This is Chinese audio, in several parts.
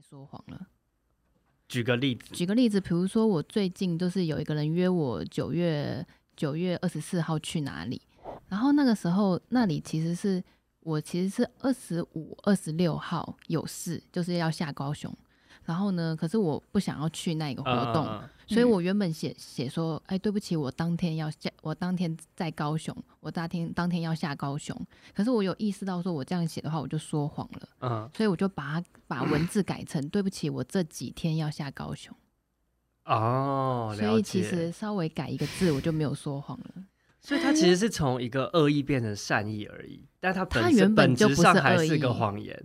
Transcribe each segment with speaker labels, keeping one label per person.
Speaker 1: 说谎了。
Speaker 2: 举个例子，
Speaker 1: 举个例子，比如说我最近就是有一个人约我九月九月二十四号去哪里，然后那个时候那里其实是我其实是二十五、二十六号有事，就是要下高雄。然后呢，可是我不想要去那个活动，
Speaker 2: 嗯嗯嗯
Speaker 1: 所以我原本写写说，哎，对不起，我当天要下，我当天在高雄，我当天当天要下高雄。可是我有意识到说，我这样写的话，我就说谎了，
Speaker 2: 嗯
Speaker 1: 所以我就把它把文字改成，对不起，我这几天要下高雄。
Speaker 2: 哦，
Speaker 1: 所
Speaker 2: 了
Speaker 1: 以其
Speaker 2: 解。
Speaker 1: 实稍微改一个字，我就没有说谎了。
Speaker 2: 所以它其实是从一个恶意变成善意而已，但它本
Speaker 1: 它
Speaker 2: 身
Speaker 1: 原本就
Speaker 2: 质
Speaker 1: 不是
Speaker 2: 上还
Speaker 1: 恶
Speaker 2: 是个
Speaker 1: 意
Speaker 2: 谎言。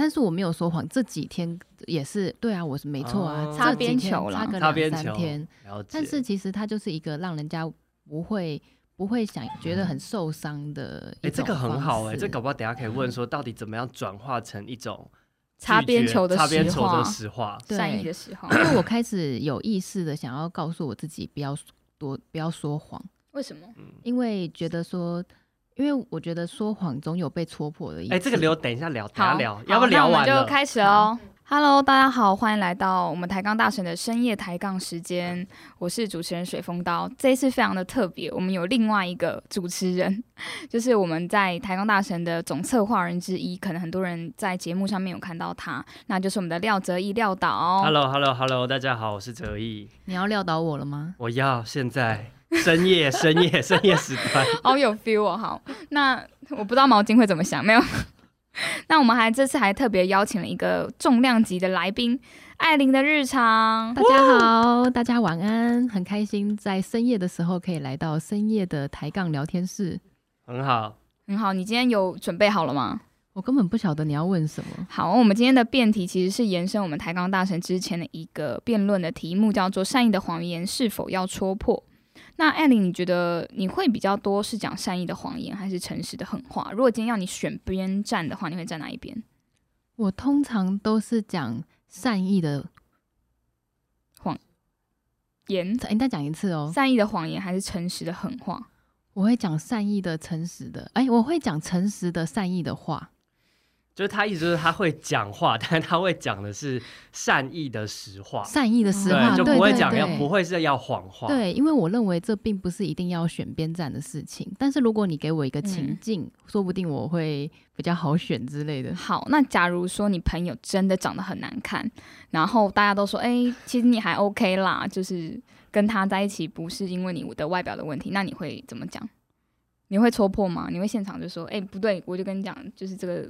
Speaker 1: 但是我没有说谎，这几天也是对啊，我是没错啊
Speaker 2: 哦，
Speaker 1: 这
Speaker 2: 擦
Speaker 1: 几
Speaker 3: 边
Speaker 1: 天
Speaker 3: 球
Speaker 1: 擦
Speaker 3: 啦
Speaker 1: 个
Speaker 2: 擦
Speaker 1: 两
Speaker 2: 边
Speaker 1: 三
Speaker 2: 球
Speaker 1: 天。
Speaker 2: 了解，
Speaker 1: 但是其实它就是一个让人家不会不会想觉得很受伤的
Speaker 2: 嗯哎、
Speaker 1: 一
Speaker 2: 这
Speaker 1: 种方式。嗯
Speaker 2: 个很好哎、这搞不好等一下可以问说，到底怎么样转化成一种
Speaker 3: 擦
Speaker 2: 拒
Speaker 3: 边
Speaker 2: 绝
Speaker 3: 球的
Speaker 2: 擦边
Speaker 3: 实
Speaker 2: 球的
Speaker 3: 话
Speaker 2: 实话？
Speaker 3: 善意
Speaker 1: 对，
Speaker 3: 的时 候，
Speaker 1: 因为我开始有意识的想要告诉我自己不要多不要说谎，
Speaker 3: 为什
Speaker 2: 嗯
Speaker 3: 么？
Speaker 1: 因为觉得说，因为我觉得说谎总有被戳破的一
Speaker 2: 哎、这个
Speaker 1: 次
Speaker 2: 留等一下聊，等一下
Speaker 3: 好，
Speaker 2: 聊
Speaker 3: 好，
Speaker 2: 要不
Speaker 3: 那
Speaker 2: 聊
Speaker 3: 我
Speaker 2: 完
Speaker 3: 们就
Speaker 2: 了？
Speaker 3: 开始哦。Hello，大家好，欢迎来到我们抬杠大神的深夜抬杠时间，我是主持人水风刀。这一次非常的特别，我们有另外一个主持人， 就是我们在抬杠大神的总策划人之一，可能很多人在节目上面有看到他，那就是我们的廖哲义廖导。
Speaker 1: 哦
Speaker 2: Hello，Hello，Hello，大家好，我是哲毅，
Speaker 1: 你要撂倒我了吗？
Speaker 2: 我要现在深夜深夜深夜时段，
Speaker 3: 好有 feel 哦。好，那我不知道毛巾会怎么想，没有。 那我们还这次还特别邀请了一个重量级的来宾，艾琳的日常。
Speaker 1: 大家好，大家晚安，很开心在深夜的时候可以来到深夜的抬杠聊天室。
Speaker 2: 很好。
Speaker 3: 很嗯好，你今天有准备好了吗？我
Speaker 1: 我根本不晓得你要问什么，
Speaker 3: 好，我们今天的辩题其实是延伸我们抬杠大神之前的一个辩论的题目，叫做“善意的谎言是否要戳破”。那艾琳，你觉得你会比较多是讲善意的谎言，还是诚实的狠话？如果今天要你选边站的话，你会站哪一边？
Speaker 1: 我通常都是讲善意的，
Speaker 3: 言，
Speaker 1: 哎你再讲一次哦，
Speaker 3: 善意的谎言还是诚实的狠话？
Speaker 1: 我会讲善意的、诚实的，哎，我会讲诚实的、善意的话。
Speaker 2: 就是他意思就是他会讲话， 但是他会讲的是善意的实
Speaker 3: 哦
Speaker 2: 话，
Speaker 1: 善意的实话，
Speaker 2: 对，就
Speaker 1: 对
Speaker 2: 不会
Speaker 1: 对
Speaker 2: 讲要
Speaker 1: 对
Speaker 2: 不会是要谎话，
Speaker 1: 对，因为我认为这并不是一定要选边站的事情，但是如果你给我一个情
Speaker 3: 嗯
Speaker 1: 境，说不定我会比较好选之类的。
Speaker 3: 好，那假如说你朋友真的长得很难看，然后大家都说，哎、其实你还 OK 啦，就是跟他在一起不是因为你的外表的问题，那你会怎么讲？你会戳破吗？你会现场就说，哎、不对，我就跟你讲，就是这个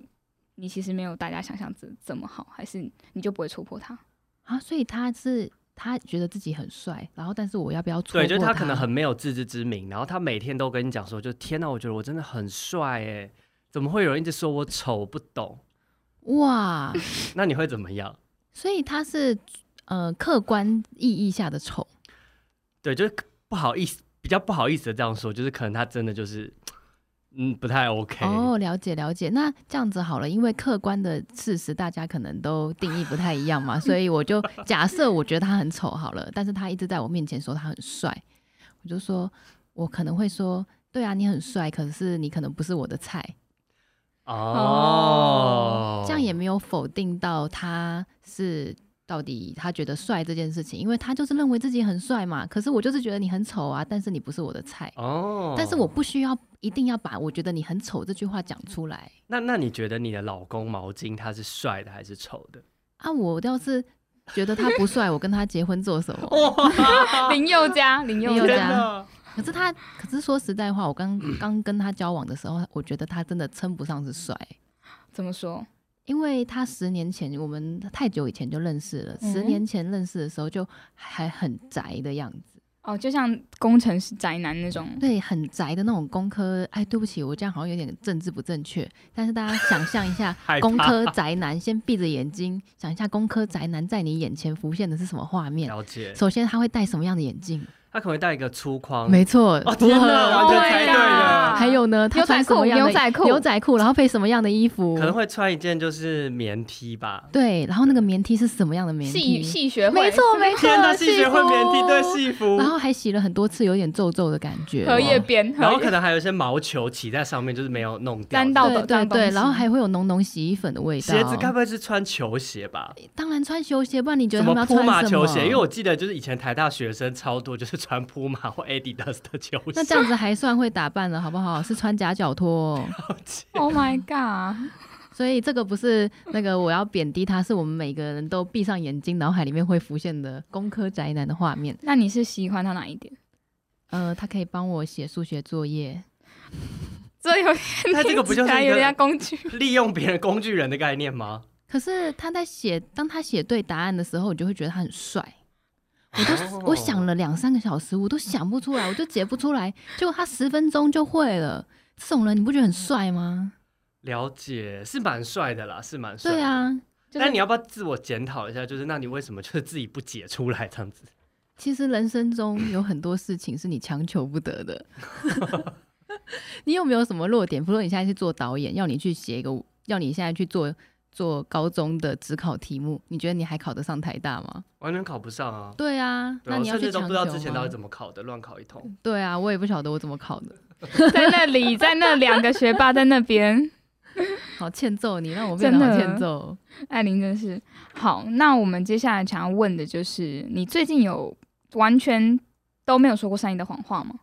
Speaker 3: 你其实没有大家想象这这么好，还是你就不会戳破他？
Speaker 1: 啊，所以他是他觉得自己很帅，然后但是我要不要戳
Speaker 2: 对，
Speaker 1: 破
Speaker 2: 就是他可能很没有自知之明，然后他每天都跟你讲说，就天哪，我觉得我真的很帅哎，怎么会有人一直说我丑？我不懂，
Speaker 1: 哇，
Speaker 2: 那你会怎么样？
Speaker 1: 所以他是呃客观意义下的丑，
Speaker 2: 对，就是不好意思，比较不好意思的这样说，就是可能他真的就是，嗯，不太 OK。
Speaker 1: 哦，了解了解。那这样子好了，因为客观的事实大家可能都定义不太一样嘛，所以我 就假设我觉得他很丑好了，但是他一直在我面前说他很帅，我就说我可能会说，对啊，你很帅，可是你可能不是我的菜，
Speaker 2: 哦，
Speaker 1: 这样也没有否定到他是。到底他觉得帅这件事情，因为他就是认为自己很帅嘛。可是我就是觉得你很丑啊，但是你不是我的菜。
Speaker 2: 哦。
Speaker 1: 但是我不需要一定要把我觉得你很丑这句话讲出来。
Speaker 2: 那那你觉得你的老公毛巾他是帅的还是丑的？
Speaker 1: 啊，我要是觉得他不帅，我跟他结婚 做什么？
Speaker 2: 哦
Speaker 3: 林宥嘉，林宥
Speaker 1: 林宥
Speaker 3: 嘉
Speaker 1: 对
Speaker 2: 真
Speaker 1: 嘉啊
Speaker 2: 的，
Speaker 1: 可是他，可是说实在话，我刚刚跟他交往的时候，我觉得他真的称不上是帅，
Speaker 3: 怎么说？
Speaker 1: 因为他十年前我们太久以前就认识了，
Speaker 3: 嗯
Speaker 1: 十年前认识的时候就还很宅的样子，
Speaker 3: 哦，就像工程师宅男那种，
Speaker 1: 对，很宅的那种工科。哎，对不起，我这样好像有点政治不正确，但是大家想象一下
Speaker 2: 害怕
Speaker 1: 工科宅男，先闭着眼睛想一下，工科宅男在你眼前浮现的是什么画面？
Speaker 2: 了解。
Speaker 1: 首先他会戴什么样的眼镜？
Speaker 2: 他可能会带一个粗框，
Speaker 1: 没错，
Speaker 2: 哦
Speaker 1: 符
Speaker 2: 天哪，
Speaker 1: 合。
Speaker 2: 完全
Speaker 3: Oh my
Speaker 2: 猜对
Speaker 3: god
Speaker 2: 了。
Speaker 1: 还有呢，他
Speaker 3: 牛仔
Speaker 1: 穿什么
Speaker 3: 裤
Speaker 1: 样的
Speaker 3: 牛仔裤
Speaker 1: 牛仔裤，然后配什么样的衣服？
Speaker 2: 可能会穿一件就是棉 T 吧。
Speaker 1: 对，然后那个棉 T 是什么样的棉
Speaker 3: 戏
Speaker 1: T？
Speaker 3: 戏学会，
Speaker 1: 没错没
Speaker 2: 天呐，
Speaker 1: 错，
Speaker 2: 戏学会棉 T 对
Speaker 1: 戏
Speaker 2: 戏 服
Speaker 1: 服，然后还洗了很多次，有点皱皱的感觉。
Speaker 3: 荷叶边，
Speaker 2: 然后
Speaker 3: 荷叶
Speaker 2: 可能还有一些毛球起在上面，就是没有弄掉。
Speaker 3: 沾到
Speaker 1: 对对
Speaker 3: 脏东
Speaker 1: 对，
Speaker 3: 西
Speaker 1: 然后还会有浓浓洗衣粉的味道。
Speaker 2: 鞋子该不会是穿球鞋吧？
Speaker 1: 当然穿球鞋，不然你觉得
Speaker 2: 什
Speaker 1: 他们
Speaker 2: 么
Speaker 1: 要
Speaker 2: 铺马
Speaker 1: 穿什
Speaker 2: 球
Speaker 1: 么？
Speaker 2: 鞋？因为我记得就是以前台大学生超多就是穿铺马或 Adidas 的球
Speaker 1: 那
Speaker 2: 鞋。
Speaker 1: 这样子还算会打扮了，好不好？是穿夹脚拖，
Speaker 3: Oh my god！
Speaker 1: 所以这个不是那个我要贬低他，是我们每个人都闭上眼睛，脑海里面会浮现的工科宅男的画面。
Speaker 3: 那你是喜欢他哪一点？
Speaker 1: 呃，他可以帮我写数学作业，
Speaker 3: 这有
Speaker 2: 那
Speaker 3: 点
Speaker 2: 这个不就是
Speaker 3: 听起来
Speaker 2: 一个
Speaker 3: 有点像 工具？
Speaker 2: 利用别人工具人的概念吗？
Speaker 1: 可是他在写，当他写对答案的时候，你就会觉得他很帅。我都、
Speaker 2: 哦
Speaker 1: 我想了两三个小时，我都想不出来，我就解不出来，结果他十分钟就会了。这种人你不觉得很帅吗？
Speaker 2: 了解，是蛮帅的啦，是蛮帅。
Speaker 1: 对。啊，
Speaker 3: 就是
Speaker 2: 但你要不要自我检讨一下？就是那你为什么就是自己不解出来这样子？
Speaker 1: 其实人生中有很多事情是你强求不得的。 你有没有什么弱点？比如说你现在去做导演，要你去写一个，要你现在去做做高中的职考题目，你觉得你还考得上台大吗？
Speaker 2: 完全考不上啊！
Speaker 1: 对啊，
Speaker 2: 对啊
Speaker 1: 那你
Speaker 2: 我
Speaker 1: 要
Speaker 2: 甚
Speaker 1: 去
Speaker 2: 至都
Speaker 1: 强
Speaker 2: 不
Speaker 1: 求
Speaker 2: 知道之前
Speaker 1: 吗
Speaker 2: 到底怎么考的，乱考一通。
Speaker 1: 对啊，我也不晓得我怎么考的，
Speaker 3: 在那里，在那两个学霸在那边，
Speaker 1: 好欠揍你，让我变得
Speaker 3: 真
Speaker 1: 好
Speaker 3: 的
Speaker 1: 欠揍。
Speaker 3: 艾琳真是好。那我们接下来想要问的就是，你最近有完全都没有说过善意的谎话吗？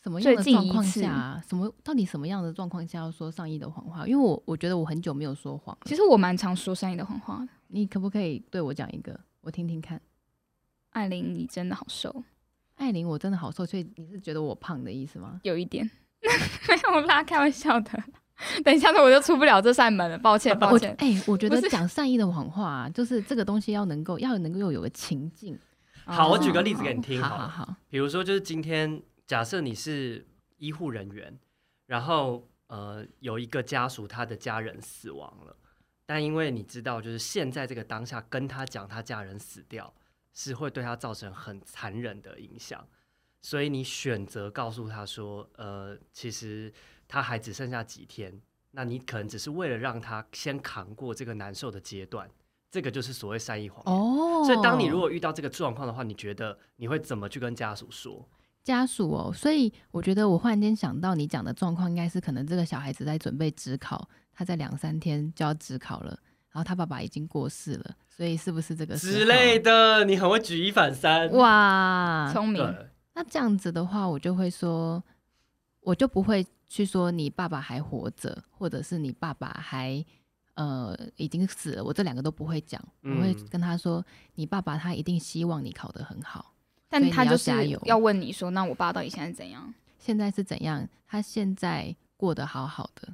Speaker 1: 什么样的
Speaker 3: 最近
Speaker 1: 状况
Speaker 3: 一次
Speaker 1: 下啊，什么到底什么样的状况下要说上亿的谎话？因为我我觉得我很久没有说谎了，
Speaker 3: 其实我蛮常说善意的谎话的。
Speaker 1: 你可不可以对我讲一个，我听听看？
Speaker 3: 艾琳，你真的好瘦，
Speaker 1: 艾琳，我真的好瘦，所以你是觉得我胖的意思吗？
Speaker 3: 有一点 没有啦，开玩笑的。 等一下子我就出不了这扇门了，抱歉， 抱
Speaker 1: 我
Speaker 3: 歉。
Speaker 1: 哎、我觉得
Speaker 3: 不是
Speaker 1: 讲善意的谎话、啊，就是这个东西要能够要能够有个情境。
Speaker 2: 好，我举个
Speaker 3: 哦
Speaker 2: 例子给你 听
Speaker 1: 好
Speaker 2: 好了
Speaker 1: 好好，
Speaker 2: 比如说，就是今天假设你是医护人员，然后呃有一个家属他的家人死亡了，但因为你知道，就是现在这个当下跟他讲他家人死掉是会对他造成很残忍的影响，所以你选择告诉他说，呃，其实他还只剩下几天，那你可能只是为了让他先扛过这个难受的阶段，这个就是所谓善意谎言。
Speaker 1: 哦，
Speaker 2: 所以，当你如果遇到这个状况的话，你觉得你会怎么去跟家属说？
Speaker 1: 家属哦，所以我觉得我忽然间想到你讲的状况，应该是可能这个小孩子在准备职考，他在两三天就要职考了，然后他爸爸已经过世了，所以是不是这个时候
Speaker 2: 之类？的，你很会举一反三。
Speaker 1: 哇，
Speaker 3: 聪明，
Speaker 2: 对，
Speaker 1: 那这样子的话，我就会说，我就不会去说你爸爸还活着，或者是你爸爸还呃已经死了，我这两个都不会讲，我会
Speaker 2: 嗯
Speaker 1: 跟他说，你爸爸他一定希望你考得很好。
Speaker 3: 但他就是
Speaker 1: 所以你要加油
Speaker 3: 要问你说，那我爸到底现在怎样？
Speaker 1: 现在是怎样？他现在过得好好的，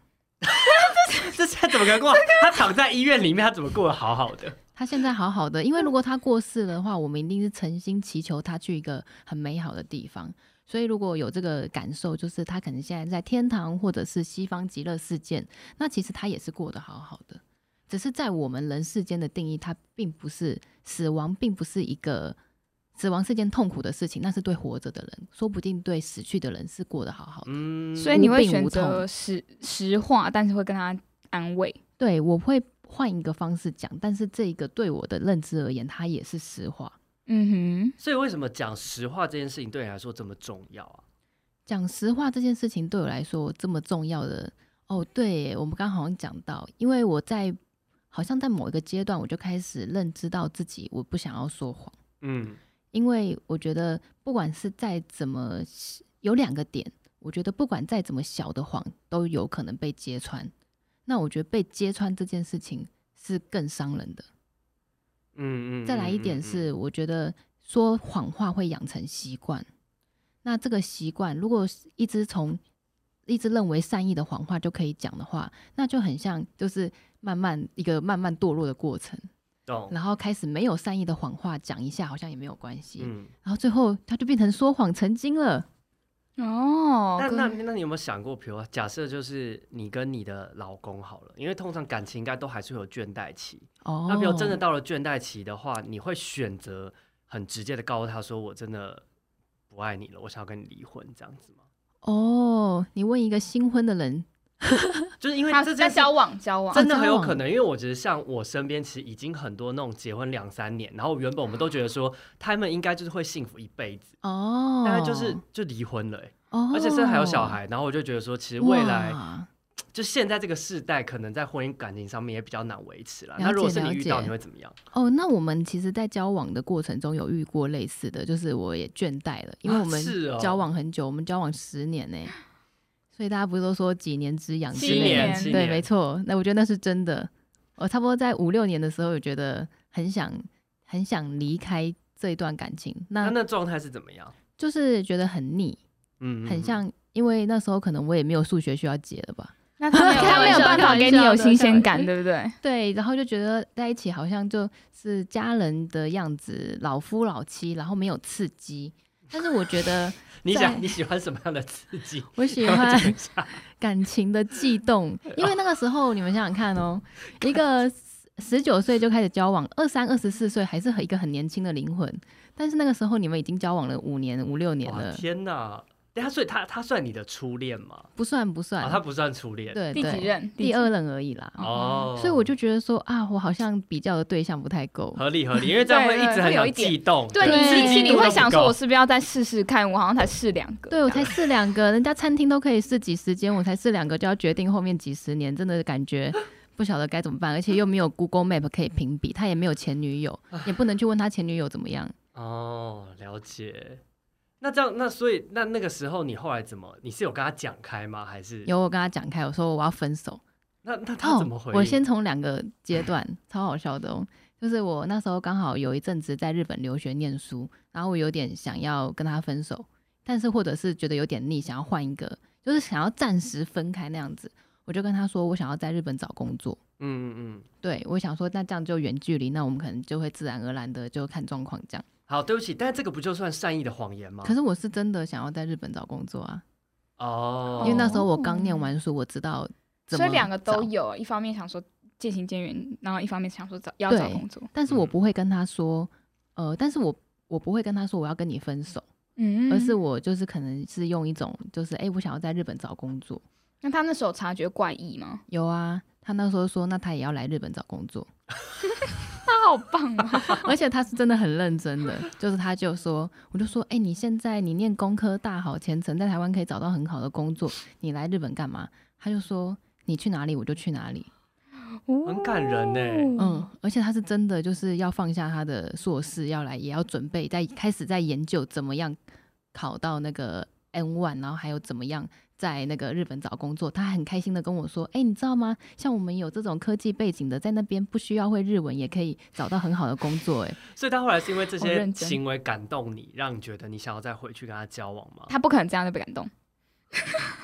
Speaker 2: 这他怎么能过？他躺在医院里面，他怎么过得好好的？
Speaker 1: 他现在好好的，因为如果他过世的话，我们一定是诚心祈求他去一个很美好的地方。所以如果有这个感受，就是他可能现在在天堂或者是西方极乐世界，那其实他也是过得好好的。只是在我们人世间的定义，它并不是死亡，并不是一个死亡是件痛苦的事情，那是对活着的人，说不定对死去的人是过得好好的。
Speaker 2: 嗯，
Speaker 3: 所以你
Speaker 1: 无
Speaker 3: 会
Speaker 1: 病
Speaker 3: 选
Speaker 1: 无痛
Speaker 3: 择实实话，但是会跟他安慰。
Speaker 1: 对我会换一个方式讲，但是这一个对我的认知而言，它也是实话。
Speaker 3: 嗯
Speaker 2: 所以为什么讲实话这件事情对你来说这么重要啊？
Speaker 1: 讲实话这件事情对我来说这么重要的哦，对耶，我们刚刚好像讲到，因为我在好像在某一个阶段，我就开始认知到自己我不想要说谎，
Speaker 2: 嗯，
Speaker 1: 因为我觉得不管是再怎么有两个点，我觉得不管再怎么小的谎都有可能被揭穿，那我觉得被揭穿这件事情是更伤人的。
Speaker 2: 嗯嗯
Speaker 1: 再来一点，
Speaker 2: 嗯
Speaker 1: 是，我觉得说谎话会养成习惯。那这个习惯，如果是一直从一直认为善意的谎话就可以讲的话，那就很像就是慢慢一个慢慢堕落的过程，
Speaker 2: 懂，嗯
Speaker 1: 然后开始没有善意的谎话讲一下，好像也没有关系，
Speaker 2: 嗯。
Speaker 1: 然后最后他就变成说谎成精了。
Speaker 3: 哼，哦
Speaker 2: 那，
Speaker 3: 跟
Speaker 2: 那那你有没有想过，比如说假设就是你跟你的老公好了，因为通常感情应该都还是会有倦怠期。
Speaker 1: 哦，
Speaker 2: 那比如真的到了倦怠期的话，你会选择很直接的告诉他说我真的不爱你了，我想要跟你离婚这样子吗？
Speaker 1: 哦，你问一个新婚的人，
Speaker 2: 就是因为
Speaker 3: 他
Speaker 2: 这
Speaker 3: 在
Speaker 2: 件事
Speaker 3: 交往交往，
Speaker 2: 真的很有
Speaker 1: 交往哦
Speaker 2: 可能，因为我觉得像我身边其实已经很多那种结婚两三年，然后原本我们都觉得说他们应该就是会幸福一辈子，
Speaker 1: 哦，
Speaker 2: 大概就是就离婚了、欸，
Speaker 1: 哦，
Speaker 2: 而且甚至还有小孩，然后我就觉得说，其实
Speaker 1: 哇，
Speaker 2: 未来就现在这个世代，可能在婚姻感情上面也比较难维持了。
Speaker 1: 了解
Speaker 2: 那如果是你遇
Speaker 1: 了
Speaker 2: 到，
Speaker 1: 解
Speaker 2: 你会怎么样？
Speaker 1: 哦，那我们其实，在交往的过程中有遇过类似的，就是我也倦怠了，因为
Speaker 2: 啊
Speaker 1: 我们
Speaker 2: 是哦
Speaker 1: 交往很久，我们交往十年呢、所以大家不是都说几年之痒之
Speaker 3: 七
Speaker 1: 类
Speaker 3: 年
Speaker 1: 的，
Speaker 2: 七
Speaker 1: 对，
Speaker 2: 年
Speaker 1: 没错。那我觉得那是真的。我差不多在五六年的时候，有觉得很想很想离开这一段感情，
Speaker 2: 啊那
Speaker 1: 那
Speaker 2: 那状态是怎么样？
Speaker 1: 就是觉得很腻，
Speaker 2: 嗯，嗯
Speaker 1: 很
Speaker 2: 嗯
Speaker 1: 像，因为那时候可能我也没有数学需要解了吧，
Speaker 3: 那
Speaker 1: 他
Speaker 3: 他
Speaker 1: 没
Speaker 3: 没
Speaker 1: 有
Speaker 3: 有
Speaker 1: 办
Speaker 3: 办
Speaker 1: 法
Speaker 3: 法
Speaker 1: 给
Speaker 3: 给
Speaker 1: 你
Speaker 3: 你
Speaker 1: 有
Speaker 3: 有
Speaker 1: 新
Speaker 3: 新
Speaker 1: 鲜
Speaker 3: 鲜
Speaker 1: 感
Speaker 3: 感，对不对？
Speaker 1: 对，然后就觉得在一起好像就是家人的样子，老夫老妻，然后没有刺激。但是我觉 得
Speaker 2: 你
Speaker 1: 在
Speaker 2: 想你喜欢什么样的刺激？
Speaker 1: 我喜
Speaker 2: 要不要
Speaker 1: 欢
Speaker 2: 讲一下
Speaker 1: 感情的悸 动，因为那个时候你们想想看哦，一个十九岁就开始交往，二三、二十四岁还是很一个很年轻的灵魂，但是那个时候你们已经交往了五年、五六年
Speaker 2: 哇
Speaker 1: 了，
Speaker 2: 天哪！等下，所以他他算你的初恋吗？
Speaker 1: 不算不算，
Speaker 2: 啊，他不算初恋。
Speaker 1: 对
Speaker 3: 第几
Speaker 1: 对，
Speaker 3: 任？
Speaker 1: 第二任而已啦。
Speaker 2: 哦，
Speaker 1: 所以我就觉得说啊，我好像比较的对象不太够，
Speaker 2: 合理合理，因为这样会
Speaker 3: 对对
Speaker 2: 一直很
Speaker 3: 会有
Speaker 2: 有
Speaker 3: 一点
Speaker 2: 悸动。
Speaker 3: 对
Speaker 1: 对对
Speaker 3: 你是
Speaker 1: 对
Speaker 3: 你
Speaker 2: 对
Speaker 3: 会想说，
Speaker 2: 对
Speaker 3: 我是不是要再试试看？我好像才试两个。
Speaker 1: 对我才试两个，人家餐厅都可以试几十间，我才试两个就要决定后面几十年，真的感觉不晓得该怎么办，而 且又没有 Google Map 可以评比，他也没有前女友，
Speaker 2: 啊
Speaker 1: 也不能去问他前女友怎么样。
Speaker 2: 哦，了解。那这样，那所以那那个时候你后来怎么？你是有跟他讲开吗？还是
Speaker 1: 有我跟他讲开，我说我要分手，哦
Speaker 2: 那那他怎么回应？
Speaker 1: 我先从两个阶段， 超好笑的哦。就是我那时候刚好有一阵子在日本留学念书，然后我有点想要跟他分手，但是或者是觉得有点腻，想要换一个，就是想要暂时分开那样子。我就跟他说，我想要在日本找工作。
Speaker 2: 嗯嗯嗯，
Speaker 1: 对，我想说，那这样就远距离，那我们可能就会自然而然的就看状况这样。
Speaker 2: 好，对不起，但这个不就算善意的谎言吗
Speaker 1: 可？是我是真的想要在日本找工作啊，
Speaker 2: 哦，
Speaker 1: 因为那时候我刚念完书，我知道怎么
Speaker 3: 所以两个
Speaker 1: 找
Speaker 3: 都，有，一方面想说渐行渐远，然后一方面想说找要找
Speaker 1: 对
Speaker 3: 工作。
Speaker 1: 但是我
Speaker 2: 嗯
Speaker 1: 不会跟他说，呃，但是我我不会跟他说我要跟你分手，
Speaker 3: 嗯
Speaker 1: 而是我就是可能是用一种就是哎、诶我想要在日本找工作。
Speaker 3: 那他那时候察觉怪异吗？
Speaker 1: 有啊，他那时候说，那他也要来日本找工作，
Speaker 3: 他好 棒啊！
Speaker 1: 而且他是真的很认真的， 就是他就说，我就说，哎、你现在你念工科大好前程，在台湾可以找到很好的工作，你来日本干嘛？他就说，你去哪里我就去哪里。
Speaker 3: 哦
Speaker 2: 很感人欸呢
Speaker 1: 嗯，而且他是真的就是要放下他的硕士，要来也要准备，在开始在研究怎么样考到那个 N one，然后还有怎么样。在那个日本找工作，他很开心的跟我说：“哎、你知道吗？像我们有这种科技背景的，在那边不需要会日文也可以找到很好的工作、诶哎
Speaker 2: 所以他后来是因为这
Speaker 3: 好
Speaker 2: 些
Speaker 3: 认真
Speaker 2: 行为感动你，让你觉得你想要再回去跟他交往吗？
Speaker 3: 他不可能这样就被 感动，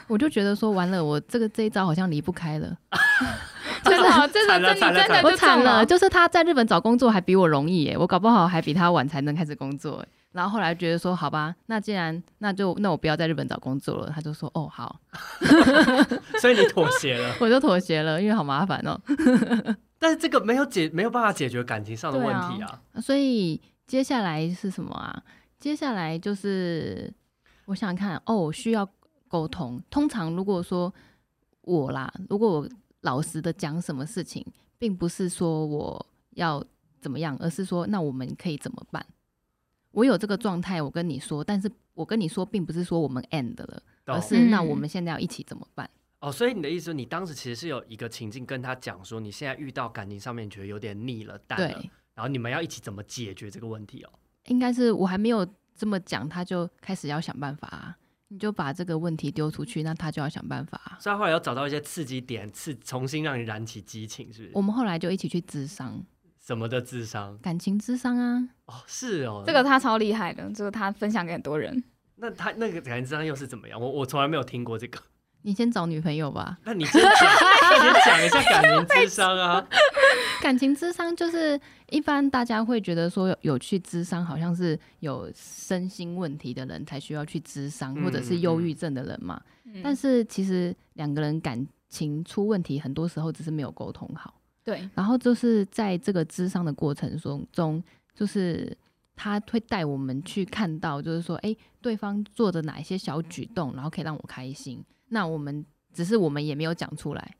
Speaker 1: 我就觉得说完了，我这个这一招好像离不开了，
Speaker 3: 真的，真
Speaker 2: 惨了
Speaker 3: 的，真
Speaker 2: 惨
Speaker 3: 的，
Speaker 2: 了
Speaker 3: 真的
Speaker 1: 我
Speaker 3: 就
Speaker 1: 惨
Speaker 3: 中
Speaker 1: 了。。就是他在日本找工作还比我容易耶，我搞不好还比他晚才能开始工作耶。然后后来觉得说，好吧，那既然那就那我不要在日本找工作了，他就说哦好，，
Speaker 2: 所以你妥协了
Speaker 1: 我就妥协了，因为好麻烦哦。
Speaker 2: 但是这个没有解，没有办法解决感情上的问题
Speaker 3: 对
Speaker 2: 啊。
Speaker 1: 所以接下来是什么啊？接下来就是我想想看哦，需要沟通。通常如果说我啦，如果我老实的讲什么事情，并不是说我要怎么样，而是说那我们可以怎么办？我有这个状态，我跟你说，但是我跟你说，并不是说我们 end 了，啊而
Speaker 2: 懂
Speaker 1: 是那
Speaker 3: 嗯
Speaker 1: 我们现在要一起怎么办？
Speaker 2: 哦，所以你的意思，你当时其实是有一个情境跟他讲说，你现在遇到感情上面觉得有点腻了、淡了，
Speaker 1: 对，
Speaker 2: 然后你们要一起怎么解决这个问题哦？
Speaker 1: 应该是我还没有这么讲，他就开始要想办法、啊。你就把这个问题丢出去，那他就要想办法、啊。
Speaker 2: 所以他后来要找到一些刺激点，刺重新让你燃起激情，是不
Speaker 1: 我
Speaker 2: 是？
Speaker 1: 们后来就一起去智商，
Speaker 2: 什么的智商？
Speaker 1: 感情智商啊，
Speaker 2: 哦，是哦，
Speaker 3: 这个他超厉害的，这个他分享给很多人。
Speaker 2: 那他那个感情智商又是怎么样？我我从来没有听过这个。
Speaker 1: 你先找女朋友吧。
Speaker 2: 那你先讲，那你先讲一下感情智 商啊。
Speaker 1: 感情智商就是一般大家会觉得说有有去智商，好像是有身心问题的人才需要去智商，
Speaker 2: 嗯
Speaker 1: 或者是忧郁症的人嘛。但
Speaker 3: 但是
Speaker 1: 是其实两个人感情出问题，很多时候只是没有沟通好。
Speaker 3: 对，
Speaker 1: 然后就是在这个智商的过程中中，就是他会带我们去看到，就是说，哎，对方做的哪一些小举动，然后可以让我开心。那我们只是我们也没有讲出来。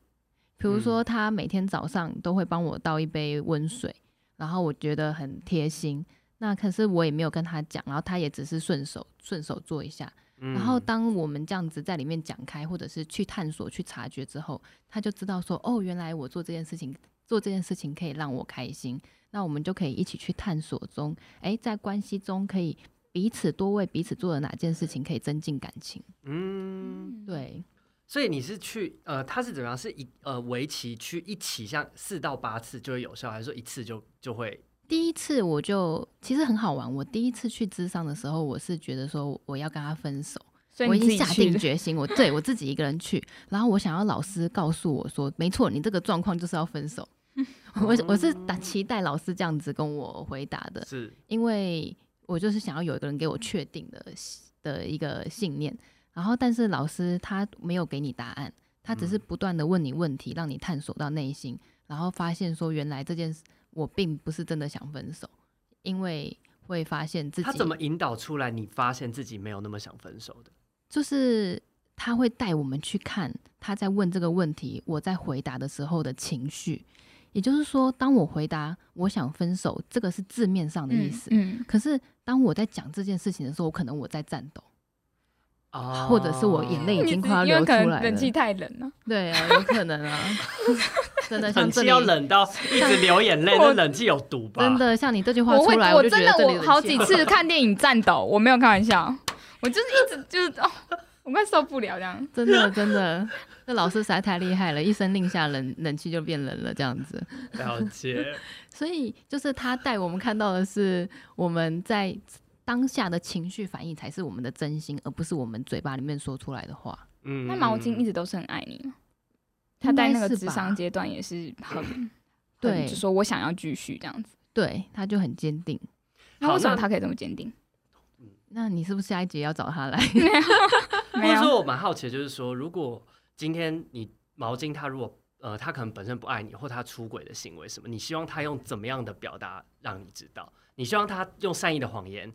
Speaker 1: 比如说，他每天早上都会帮我倒一杯温水，然后我觉得很贴心。那可是我也没有跟他讲，然后他也只是顺手顺手做一下。
Speaker 2: 嗯
Speaker 1: 然后当我们这样子在里面讲开，或者是去探索、去察觉之后，他就知道说，哦，原来我做这件事情，做这件事情可以让我开心。那我们就可以一起去探索中，诶，在关系中可以彼此多为彼此做的哪件事情可以增进感情。
Speaker 2: 嗯，
Speaker 1: 对，
Speaker 2: 所以你是去呃，他是怎么样？是一呃围棋去一起，像四到八次就会有效，还是说一次就就会？
Speaker 1: 第一次我就其实很好玩。我第一次去智商的时候，我是觉得说我要跟他分手。
Speaker 3: 所以
Speaker 1: 我
Speaker 3: 你
Speaker 1: 已
Speaker 3: 自己
Speaker 1: 经下
Speaker 3: 去
Speaker 1: 定
Speaker 3: 的
Speaker 1: 决心，我对我自己一个人去，然后我想要老师告诉我说，没错，你这个状况就是要分手。我我是打期待老师这样子跟我回答的，
Speaker 2: 是
Speaker 1: 因为我就是想要有一个人给我确定的的一个信念。然后，但是老师他没有给你答案，他只是
Speaker 2: 嗯
Speaker 1: 不断的问你问题，让你探索到内心，然后发现说，原来这件事我并不是真的想分手，因为会发现自己
Speaker 2: 他怎么引导出来？你发现自己没有那么想分手的？
Speaker 1: 就是他会带我们去看他在问这个问题，我在回答的时候的情绪。也就是说，当我回答我想分手，这个是字面上的意思。
Speaker 3: 嗯，嗯
Speaker 1: 可是当我在讲这件事情的时候，我可能我在战斗，
Speaker 2: 啊
Speaker 1: 或者是我眼泪已经快要
Speaker 3: 因为
Speaker 1: 流出
Speaker 3: 可能
Speaker 1: 来了
Speaker 3: 冷气太冷 了。
Speaker 1: 对啊，有可能啊， 真的像这
Speaker 2: 冷气
Speaker 1: 里
Speaker 2: 要 冷到一直流眼泪，那
Speaker 3: 我
Speaker 2: 冷气有毒吧？
Speaker 1: 真的像你这句话
Speaker 3: 我
Speaker 1: 出
Speaker 3: 会，
Speaker 1: 来，
Speaker 3: 我
Speaker 1: 就觉
Speaker 3: 真
Speaker 1: 得
Speaker 3: 的
Speaker 1: 这里
Speaker 3: 我好几 次看电影战斗，我没有开玩笑，我就是一直就是哦，我快受不了这样。
Speaker 1: 真的真的， 这老师实在太厉害了，一声令下冷冷气就变冷了这样子。
Speaker 2: 了 解，
Speaker 1: 所以就是他带我们看到的是我们在当下的情绪反应才是我们的真心，而不是我们嘴巴里面说出来的话。
Speaker 2: 嗯
Speaker 3: 那毛巾一直都是很爱你吗？他在那
Speaker 1: 应
Speaker 3: 个
Speaker 1: 该是
Speaker 3: 智
Speaker 1: 吧
Speaker 3: 商阶段也是 很，很
Speaker 1: 对
Speaker 3: 就说我想要继续这样子。
Speaker 1: 对，他就很坚定。
Speaker 3: 那
Speaker 2: 好
Speaker 3: 为什么
Speaker 2: 那
Speaker 3: 他可以这么坚定？
Speaker 1: 那你是不是下一节要找他来？
Speaker 2: 或
Speaker 3: 没
Speaker 2: 者
Speaker 3: 有，
Speaker 2: 说我蛮好奇，的就是说，如果今天你毛巾他如果呃他可能本身不爱你，或他出轨的行为什么，你希望他用怎么样的表达让你知道？你希望他用善意的谎言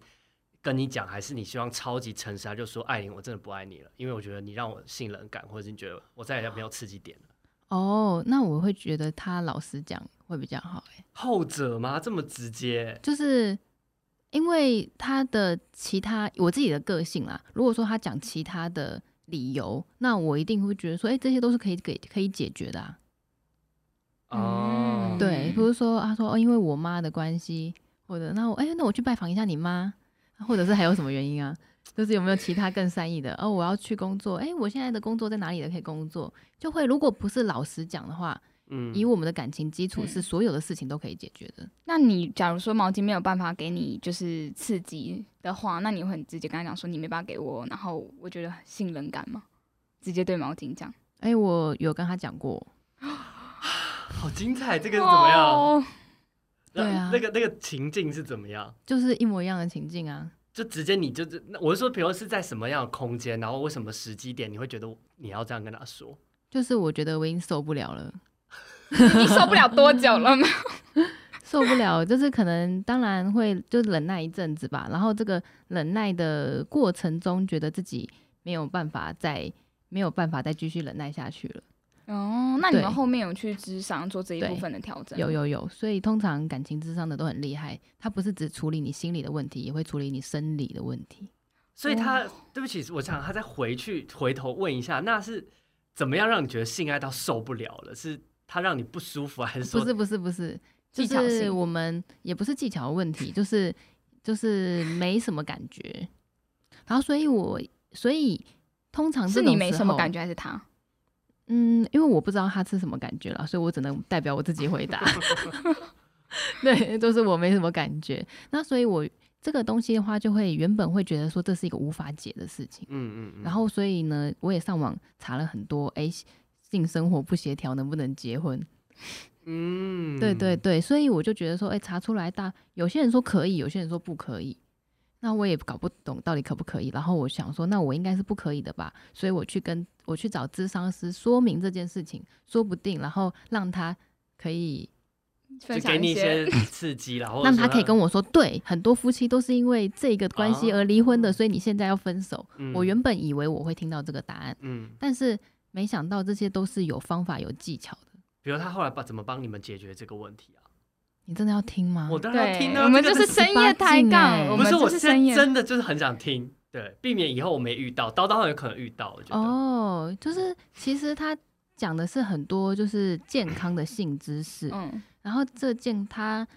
Speaker 2: 跟你讲，还是你希望超级诚实，他就说爱你，我真的不爱你了，因为我觉得你让我信任感，或者是你觉得我再也没有刺激点了。
Speaker 1: 哦，那我会觉得他老实讲会比较好、欸。
Speaker 2: 后者吗？这么直接？
Speaker 1: 就是因为他的其他我自己的个性啦，如果说他讲其他的理由，那我一定会觉得说，哎、这些都是可以给可以解决的啊。
Speaker 2: 哦，
Speaker 3: 嗯
Speaker 1: 对，比如说他说哦，因为我妈的关系，或者那我哎、那我去拜访一下你妈，或者是还有什么原因啊？ 就是有没有其他更善意的？哦，我要去工作，哎、我现在的工作在哪里的可以工作？就会如果不是老实讲的话，
Speaker 2: 嗯
Speaker 1: 以我们的感情基础
Speaker 3: 嗯
Speaker 1: 是所有的事情都可以解决的。
Speaker 3: 那你假如说毛巾没有办法给你就是刺激的话，那你会很直接跟他讲说你没办法给我，然后我觉得信任感吗？直接对毛巾讲，
Speaker 1: 哎、我有跟他讲过，
Speaker 2: 好精彩，这个是怎么样？
Speaker 3: 哦
Speaker 2: 那
Speaker 1: 对啊
Speaker 2: 那个那个情境是怎么样？
Speaker 1: 就是一模一样的情境啊。
Speaker 2: 就直接你就是，那我是说，比如是在什么样的空间，然后为什么时机点，你会觉得你要这样跟他说？
Speaker 1: 就是我觉得我已经受不了了，
Speaker 3: 你受不了多久 了吗？
Speaker 1: 受不了，就是可能当然会就忍耐一阵子吧，然后这个忍耐的过程中，觉得自己没有办法再没有办法再继续忍耐下去了，
Speaker 3: 哦，那你
Speaker 1: 对
Speaker 3: 们后面有去智商做这一
Speaker 1: 对
Speaker 3: 部分的调整？
Speaker 1: 有有有，所以通常感情智商的都很厉害，他不是只处理你心理的问题，也会处理你生理的问题。
Speaker 2: 所以他，对不起，我想他再回去回头问一下，那是怎么样让你觉得性爱到受不了了？是他让你不舒服，还是说嗯
Speaker 1: 不是不是不是，就
Speaker 3: 技巧
Speaker 1: 是
Speaker 3: 性
Speaker 1: 我们也不是技巧的问题，就是就是没什么感觉，然后所以我所以通常
Speaker 3: 是
Speaker 1: 这种
Speaker 3: 你没什么
Speaker 1: 觉。
Speaker 3: 感觉，还是他？
Speaker 1: 嗯，因为我不知道他是什么感觉了，所以我只能代表我自己回答。 对，就是我没什么感觉。那所以我这个东西的话，就会原本会觉得说这是一个无法解的事情，
Speaker 2: 嗯嗯嗯，
Speaker 1: 然后所以呢，我也上网查了很多，哎、性生活不协调能不能结婚？
Speaker 2: 嗯，
Speaker 1: 对对，对，所以我就觉得说，哎、查出来大，有些人说可以，有些人说不可以。那我也搞不懂到底可不可以，然后我想说，那我应该是不可以的吧，所以我去跟我去找咨商师说明这件事情，说不定，然后让他可以
Speaker 3: 分
Speaker 2: 就
Speaker 3: 享
Speaker 2: 给你一
Speaker 3: 些
Speaker 2: 些刺激 啦，或者
Speaker 1: 那
Speaker 2: 说
Speaker 1: 他可以跟我说，对，很多夫妻都是因为这个关系
Speaker 2: 啊
Speaker 1: 而离婚的，所以你现在要分手。
Speaker 2: 嗯
Speaker 1: 我原本以为我会听到这个答案，
Speaker 2: 嗯，
Speaker 1: 但是没想到这些都是有方法、有技巧的。
Speaker 2: 比如他后来帮怎么帮你们解决这个问题啊？
Speaker 1: 你真的要听吗？
Speaker 2: 我当然要听
Speaker 3: 对，
Speaker 2: 啊，
Speaker 3: 我们
Speaker 2: 这
Speaker 3: 就
Speaker 2: 个
Speaker 3: 是
Speaker 1: 真
Speaker 3: 深夜抬
Speaker 1: 不是八
Speaker 3: 杠，
Speaker 1: 禁欸
Speaker 3: 我
Speaker 2: 不
Speaker 3: 们
Speaker 2: 是我
Speaker 3: 就是深
Speaker 2: 真
Speaker 3: 夜。
Speaker 2: 真的就是很想听，对，避免以后我没遇到，叨叨很有可能遇到，我觉得。
Speaker 1: 哦，就是其实他讲的是很多就是健康的性知识，
Speaker 3: 嗯，
Speaker 1: 然后这件它，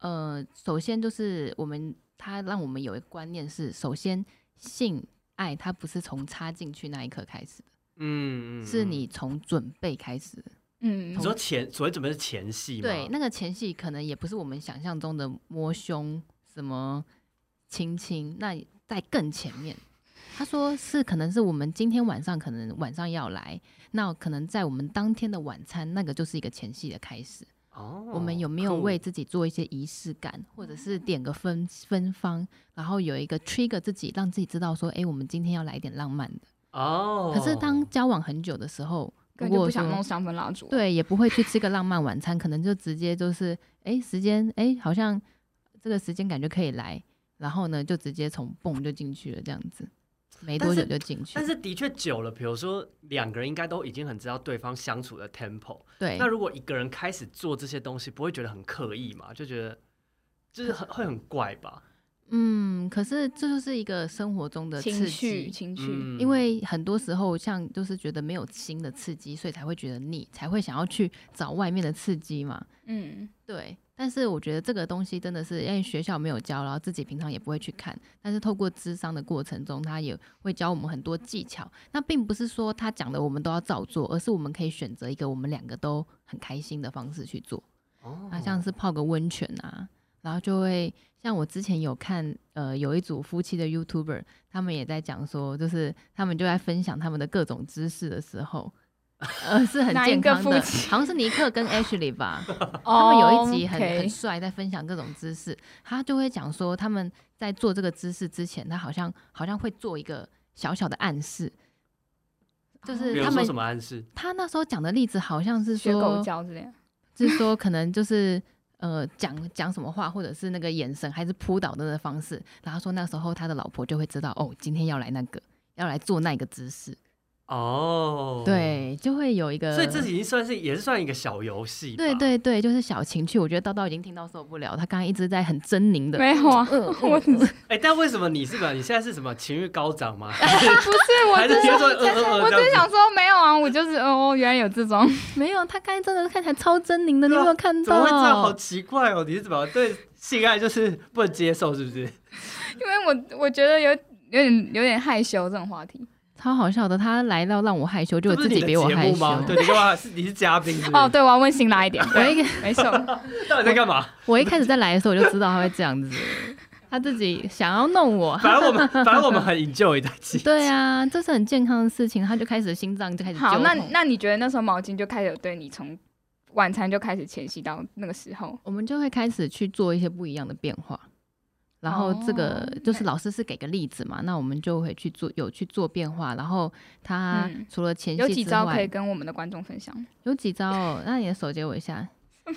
Speaker 1: 呃，首先就是我们它让我们有一个观念是，首先性爱它不是从插进去那一刻开始的，
Speaker 2: 嗯，嗯
Speaker 1: 是
Speaker 2: 嗯
Speaker 1: 你从准备开始的。
Speaker 3: 嗯
Speaker 2: 你说前所谓准备是前戏吗？
Speaker 1: 对，那个前戏可能也不是我们想象中的摸胸什么亲亲，那在更前面。他说是，可能是我们今天晚上可能晚上要来，那可能在我们当天的晚餐，那个就是一个前戏的开始。
Speaker 2: 哦，
Speaker 1: 我们有没有
Speaker 2: 酷
Speaker 1: 为自己做一些仪式感，或者是点个分分方，然后有一个 trigger 自己，让自己知道说，哎、我们今天要来点浪漫的。
Speaker 2: 哦？
Speaker 1: 可是当交往很久的时候，
Speaker 3: 根
Speaker 1: 如
Speaker 3: 本就
Speaker 1: 果
Speaker 3: 不想
Speaker 1: 说
Speaker 3: 弄香氛蜡烛。，
Speaker 1: 对，也不会去吃个浪漫晚餐，可能就直接就是，哎、时间，哎、好像这个时间感觉可以来，然后呢，就直接从蹦就进去了，这样子，没
Speaker 2: 但
Speaker 1: 多久
Speaker 2: 是
Speaker 1: 就进去
Speaker 2: 但。是的确久了，比如说两个人应该都已经很知道对方相处的 tempo。
Speaker 1: 对
Speaker 2: 那，如果一个人开始做这些东西，不会觉得很刻意嘛？就觉得就是很会很怪吧？
Speaker 1: 嗯，可是这就是一个生活中的
Speaker 3: 情
Speaker 1: 刺
Speaker 3: 绪
Speaker 1: 激。
Speaker 3: 情绪，
Speaker 2: 嗯，
Speaker 1: 因为很多时候像就是觉得没有新的刺激，所以才会觉得腻，才会想要去找外面的刺激嘛。
Speaker 3: 嗯，
Speaker 1: 对，但是我觉得这个东西真的是因为学校没有教，然后自己平常也不会去看，但是透过智商的过程中，他也会教我们很多技巧。那并不是说他讲的我们都要照做，而是我们可以选择一个我们两个都很开心的方式去做。
Speaker 2: 哦
Speaker 1: 啊，像是泡个温泉啊，然后就会像我之前有看，呃，有一组夫妻的 YouTuber，他们也在讲说，就是他们就在分享他们的各种知识的时候，呃，是很
Speaker 3: 哪一
Speaker 1: 健
Speaker 3: 个
Speaker 1: 康
Speaker 3: 夫
Speaker 1: 的，
Speaker 3: 妻
Speaker 1: 好像是尼克跟 Ashley 吧，他
Speaker 3: 他
Speaker 1: 们有一集很、很
Speaker 3: o k
Speaker 1: 帅，在分享各种姿势，他就会讲说他们在做这个姿势之前，他好像好像会做一个小小的暗示，就是
Speaker 2: 比
Speaker 1: 他
Speaker 2: 如
Speaker 1: 们
Speaker 2: 说什么暗示？
Speaker 1: 他那时候讲的例子好像是
Speaker 3: 学狗
Speaker 1: 说。
Speaker 3: 叫之类的。
Speaker 1: 就是说可能就是呃讲讲什么话，或者是那个眼神还是扑倒的那个方式，然后说那时候他的老婆就会知道哦，今天要来那个，要来做那个姿势，
Speaker 2: 哦，，
Speaker 1: 对，就会有一个，
Speaker 2: 所以这已经算是也是算一个小游戏，
Speaker 1: 对。对对，就是小情趣，我觉得叨叨已经听到受不了，他刚刚一直在很狰狞 的，
Speaker 3: 没有啊， 我只是
Speaker 2: 哎，但为什么你是吧？你现在是什么情欲高 涨吗？
Speaker 3: 不是， 我
Speaker 2: 还是
Speaker 3: 只是
Speaker 2: 听说呃呃呃这样
Speaker 3: 我只
Speaker 2: 子
Speaker 3: 是想说没有啊，我就是哦，原来有这种，
Speaker 1: 没有，他刚才真的看起来超狰狞的，你有没有看
Speaker 2: 啊怎么会这样？好
Speaker 1: 到？
Speaker 2: 奇怪哦！你是怎么对性爱就是不能接受，是不是？
Speaker 3: 因为我我觉得有有点有点害羞这种话题。
Speaker 1: 超好笑的，他来到让我害羞，就我
Speaker 2: 这不是
Speaker 1: 自己
Speaker 2: 你的
Speaker 1: 比我
Speaker 2: 节
Speaker 1: 害
Speaker 2: 目
Speaker 1: 羞。
Speaker 2: 吗？对，你干嘛？是你是嘉宾是不是？
Speaker 3: 哦，，对，我要问辛辣 一点，
Speaker 1: 我一
Speaker 3: 对，
Speaker 1: 个
Speaker 3: 没错，
Speaker 2: 到底在干嘛？
Speaker 1: 我一开始在来的时候，我就知道他会这样子，他自己想要弄我，
Speaker 2: 反正我 们反正我们很 enjoy 在一起。
Speaker 1: 对啊，这是很健康的事情，他就开始心脏就开始
Speaker 3: 好，
Speaker 1: 揪
Speaker 3: 那
Speaker 1: 痛
Speaker 3: 那你觉得那时候毛巾就开始有对你从晚餐就开始前戏到那个时候，
Speaker 1: 我们就会开始去做一些不一样的变化。然后这个、
Speaker 3: 哦
Speaker 1: 就是老师是给个例子嘛，那我们就会去做有去做变化。然后他
Speaker 3: 嗯
Speaker 1: 除了前
Speaker 3: 有
Speaker 1: 戏
Speaker 3: 几
Speaker 1: 之
Speaker 3: 招可
Speaker 1: 外
Speaker 3: 以，跟我们的观众分享？
Speaker 1: 有几招哦，那你的手借我一下。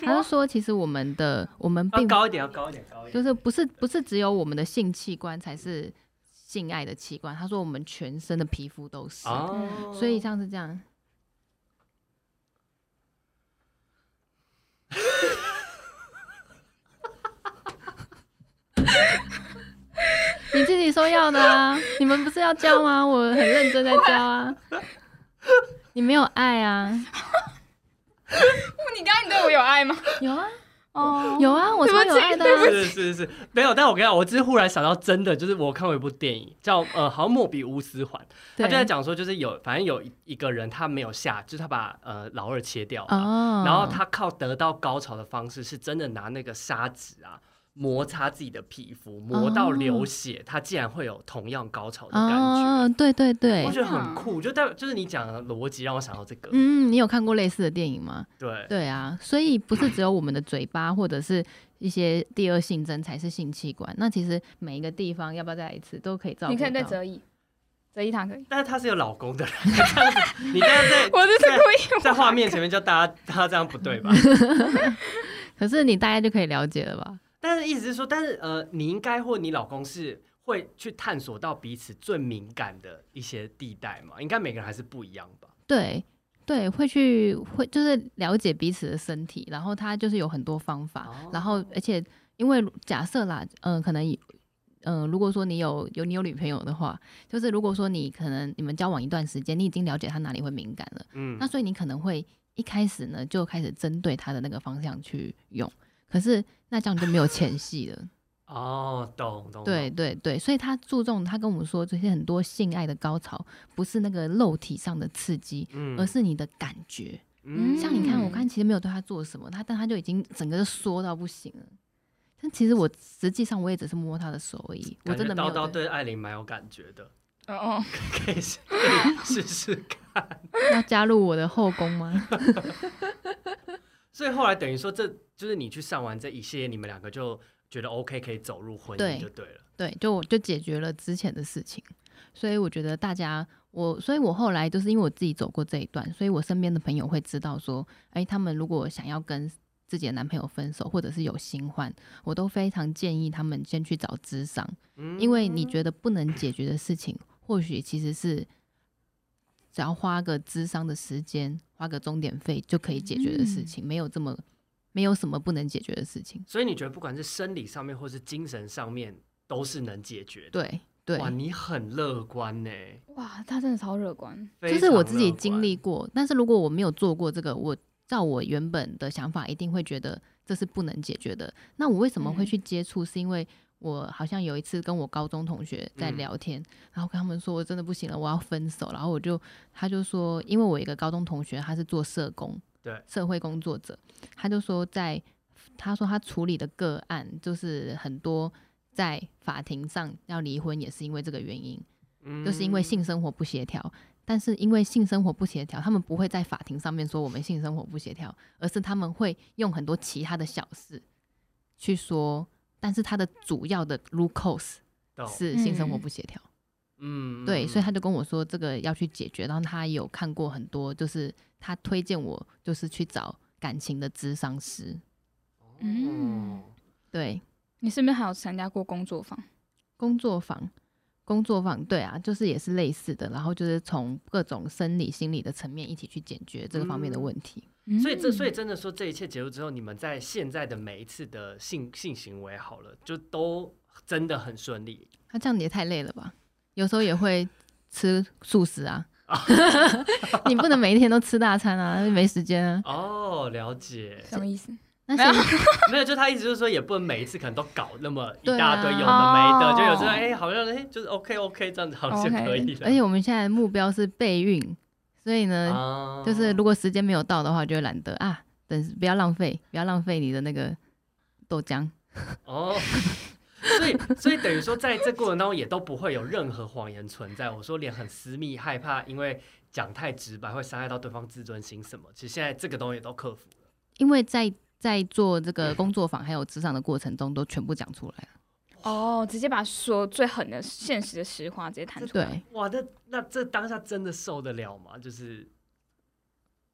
Speaker 1: 他就说，其实我们的我们
Speaker 2: 要
Speaker 1: 并
Speaker 2: 高一点，要高一点，高一
Speaker 1: 就
Speaker 2: 点。
Speaker 1: 是不是不是只有我们的性器官才是性爱的器官，他说我们全身的皮肤都是，
Speaker 2: 哦，
Speaker 1: 所以像是这样。 你自己说要的啊！你们不是要教吗？我很认真在教啊。 你没有爱啊？
Speaker 3: 你刚刚你对我有爱吗？
Speaker 1: 有啊，
Speaker 3: 哦，
Speaker 1: 有啊，我
Speaker 3: 对不
Speaker 1: 超
Speaker 3: 起
Speaker 1: 有爱的、啊。
Speaker 2: 是是是，没有。但我跟你讲，我只是忽然想到，真的就是我看过一部电影叫呃，好像《莫比乌斯环》，他就在
Speaker 1: 对，
Speaker 2: 讲说，就是有反正有一一个人他没有下，就是他把呃老二切掉嘛，
Speaker 1: 哦，
Speaker 2: 然后他靠得到高潮的方式是真的拿那个砂纸啊。摩擦自己的皮肤，磨到流血，他竟然会有同样高潮的感觉，
Speaker 1: 哦，对对对
Speaker 2: 我，觉得很
Speaker 3: 天哪
Speaker 2: 酷。就代表就是你讲的逻辑让我想到这个，
Speaker 1: 嗯，你有看过类似的电影吗？
Speaker 2: 对，
Speaker 1: 对啊，所以不是只有我们的嘴巴或者是一些第二性征才是性器官，那其实每一个地方要不要再来一次都可以照顾
Speaker 3: 你可以对
Speaker 1: 到
Speaker 3: 泽一，泽一他可以，
Speaker 2: 但是他是有老公的人， 这样子， 你这样在
Speaker 3: 我就是故意
Speaker 1: 嗯
Speaker 2: 在画面前面叫大家，大家这样不对吧？
Speaker 1: 可是你大概就可以了解了吧？
Speaker 2: 但是意思是说，但是呃，你应该或你老公是会去探索到彼此最敏感的一些地带嘛？应该每个人还是不一样吧？
Speaker 1: 对对，会去会就是了解彼此的身体，然后他就是有很多方法，
Speaker 2: 哦
Speaker 1: 然后而且因为假设啦，嗯、可能以。嗯、如果说你有有你有女朋友的话，就是如果说你可能你们交往一段时间，你已经了解他哪里会敏感了，
Speaker 2: 嗯
Speaker 1: 那所以你可能会一开始呢就开始针对他的那个方向去用，可是那这样就没有前戏了。
Speaker 2: 哦，懂懂，
Speaker 1: 对
Speaker 2: 懂，
Speaker 1: 对对，所以他注重他跟我们说，这些很多性爱的高潮不是那个肉体上的刺激，
Speaker 2: 嗯
Speaker 1: 而是你的感觉。
Speaker 2: 嗯
Speaker 1: 像你看，
Speaker 3: 嗯
Speaker 1: 我看其实没有对他做什么，他但他就已经整个就缩到不行了。但其实我实际上我也只是摸他的手而已，我
Speaker 2: 感觉
Speaker 1: 真的没
Speaker 2: 叨
Speaker 1: 有
Speaker 2: 叨
Speaker 1: 对。
Speaker 2: 对艾琳蛮有感觉的，
Speaker 3: 哦哦，
Speaker 2: 可以试可以试试看。
Speaker 1: 要加入我的后宫吗？
Speaker 2: 所以后来等于说这，就是你去上完这一系列，你们两个就觉得 OK，可以走入婚
Speaker 1: 对
Speaker 2: 姻就对了。
Speaker 1: 对，就我就解决了之前的事情，所以我觉得大家，我所以我后来就是因为我自己走过这一段，所以我身边的朋友会知道说，哎，他们如果想要跟自己的男朋友分手，或者是有新欢，我都非常建议他们先去找智商，
Speaker 2: 嗯
Speaker 1: 因为你觉得不能解决的事情，或许其实是只要花个智商的时间，花个钟点费就可以解决的事情，没有这么没有什么不能解决的事情。
Speaker 2: 所以你觉得不管是生理上面或是精神上面，都是能解决的。
Speaker 1: 对对，
Speaker 2: 哇，你很乐观呢、
Speaker 3: 哇，他真的超乐观，
Speaker 1: 就
Speaker 2: 非
Speaker 1: 是我
Speaker 2: 常
Speaker 1: 自己
Speaker 2: 乐
Speaker 1: 经
Speaker 2: 观
Speaker 1: 历过，但是如果我没有做过这个，我照我原本的想法，一定会觉得这是不能解决的。那我为什么会
Speaker 3: 嗯
Speaker 1: 去接触？是因为我好像有一次跟我高中同学在
Speaker 2: 嗯
Speaker 1: 聊天，然后跟他们说我真的不行了，我要分手。然后我就他就说，因为我有一个高中同学他是做社工，
Speaker 2: 对，
Speaker 1: 社会工作者，他就说在他说他处理的个案就是很多在法庭上要离婚，也是因为这个原因。
Speaker 2: 嗯
Speaker 1: 就是因为性生活不协调。但是因为性生活不协调，他们不会在法庭上面说我们性生活不协调，而是他们会用很多其他的小事去说。但是他的主要的 r o cause
Speaker 2: 懂
Speaker 1: 是性生活
Speaker 3: 嗯
Speaker 1: 不协调，
Speaker 2: 嗯
Speaker 1: 对，所以他
Speaker 2: 哦嗯
Speaker 1: 就跟我说这个要去解决。然后他有看过很多，就是他推荐我就是去找感情的咨商师。
Speaker 3: 嗯
Speaker 2: 哦
Speaker 1: 对，
Speaker 3: 你是不是还有参加过工作坊？
Speaker 1: 工作坊，工作坊，对啊，就是也是类似的，然后就是从各种生理、心理的层面一起去解决这个方面
Speaker 2: 嗯
Speaker 1: 的问题。
Speaker 2: 所以这所以
Speaker 3: 以
Speaker 2: 真的说这一切结束之后，你们在现在的每一次的性性行为好了，就都真的很顺利。
Speaker 1: 那、这样也太累了吧？有时候也会吃素食啊， 你不能每一天都吃大餐啊，没时间啊。
Speaker 2: 哦，了解
Speaker 3: 嗯。什么意思？
Speaker 1: 那现
Speaker 2: 没有，就他意思就是说，也不能每一次可能都搞那么一
Speaker 1: 对
Speaker 2: 大堆
Speaker 1: 啊
Speaker 2: 有的没的，
Speaker 3: 哦
Speaker 2: 就有时候哎，好像哎就是 OK OK 这样子好像
Speaker 3: OK
Speaker 2: 可以了。
Speaker 1: 而且我们现在的目标是备孕，所以呢，
Speaker 2: 啊
Speaker 1: 就是如果时间没有到的话，就会懒得啊，等不要浪费，不要浪费你的那个豆浆。
Speaker 2: 哦。所以，所以等于说，在这过程当中也都不会有任何谎言存在。我说，连很私密，害怕因为讲太直白会伤害到对方自尊心什么，其实现在这个东西都克服了。
Speaker 1: 因为在在做这个工作坊还有职场的过程中，都全部讲出来了。
Speaker 3: 哦，直接把所有最狠的现实的实话直接弹出来。
Speaker 1: 对，
Speaker 2: 哇，那那这当下真的受得了吗？就是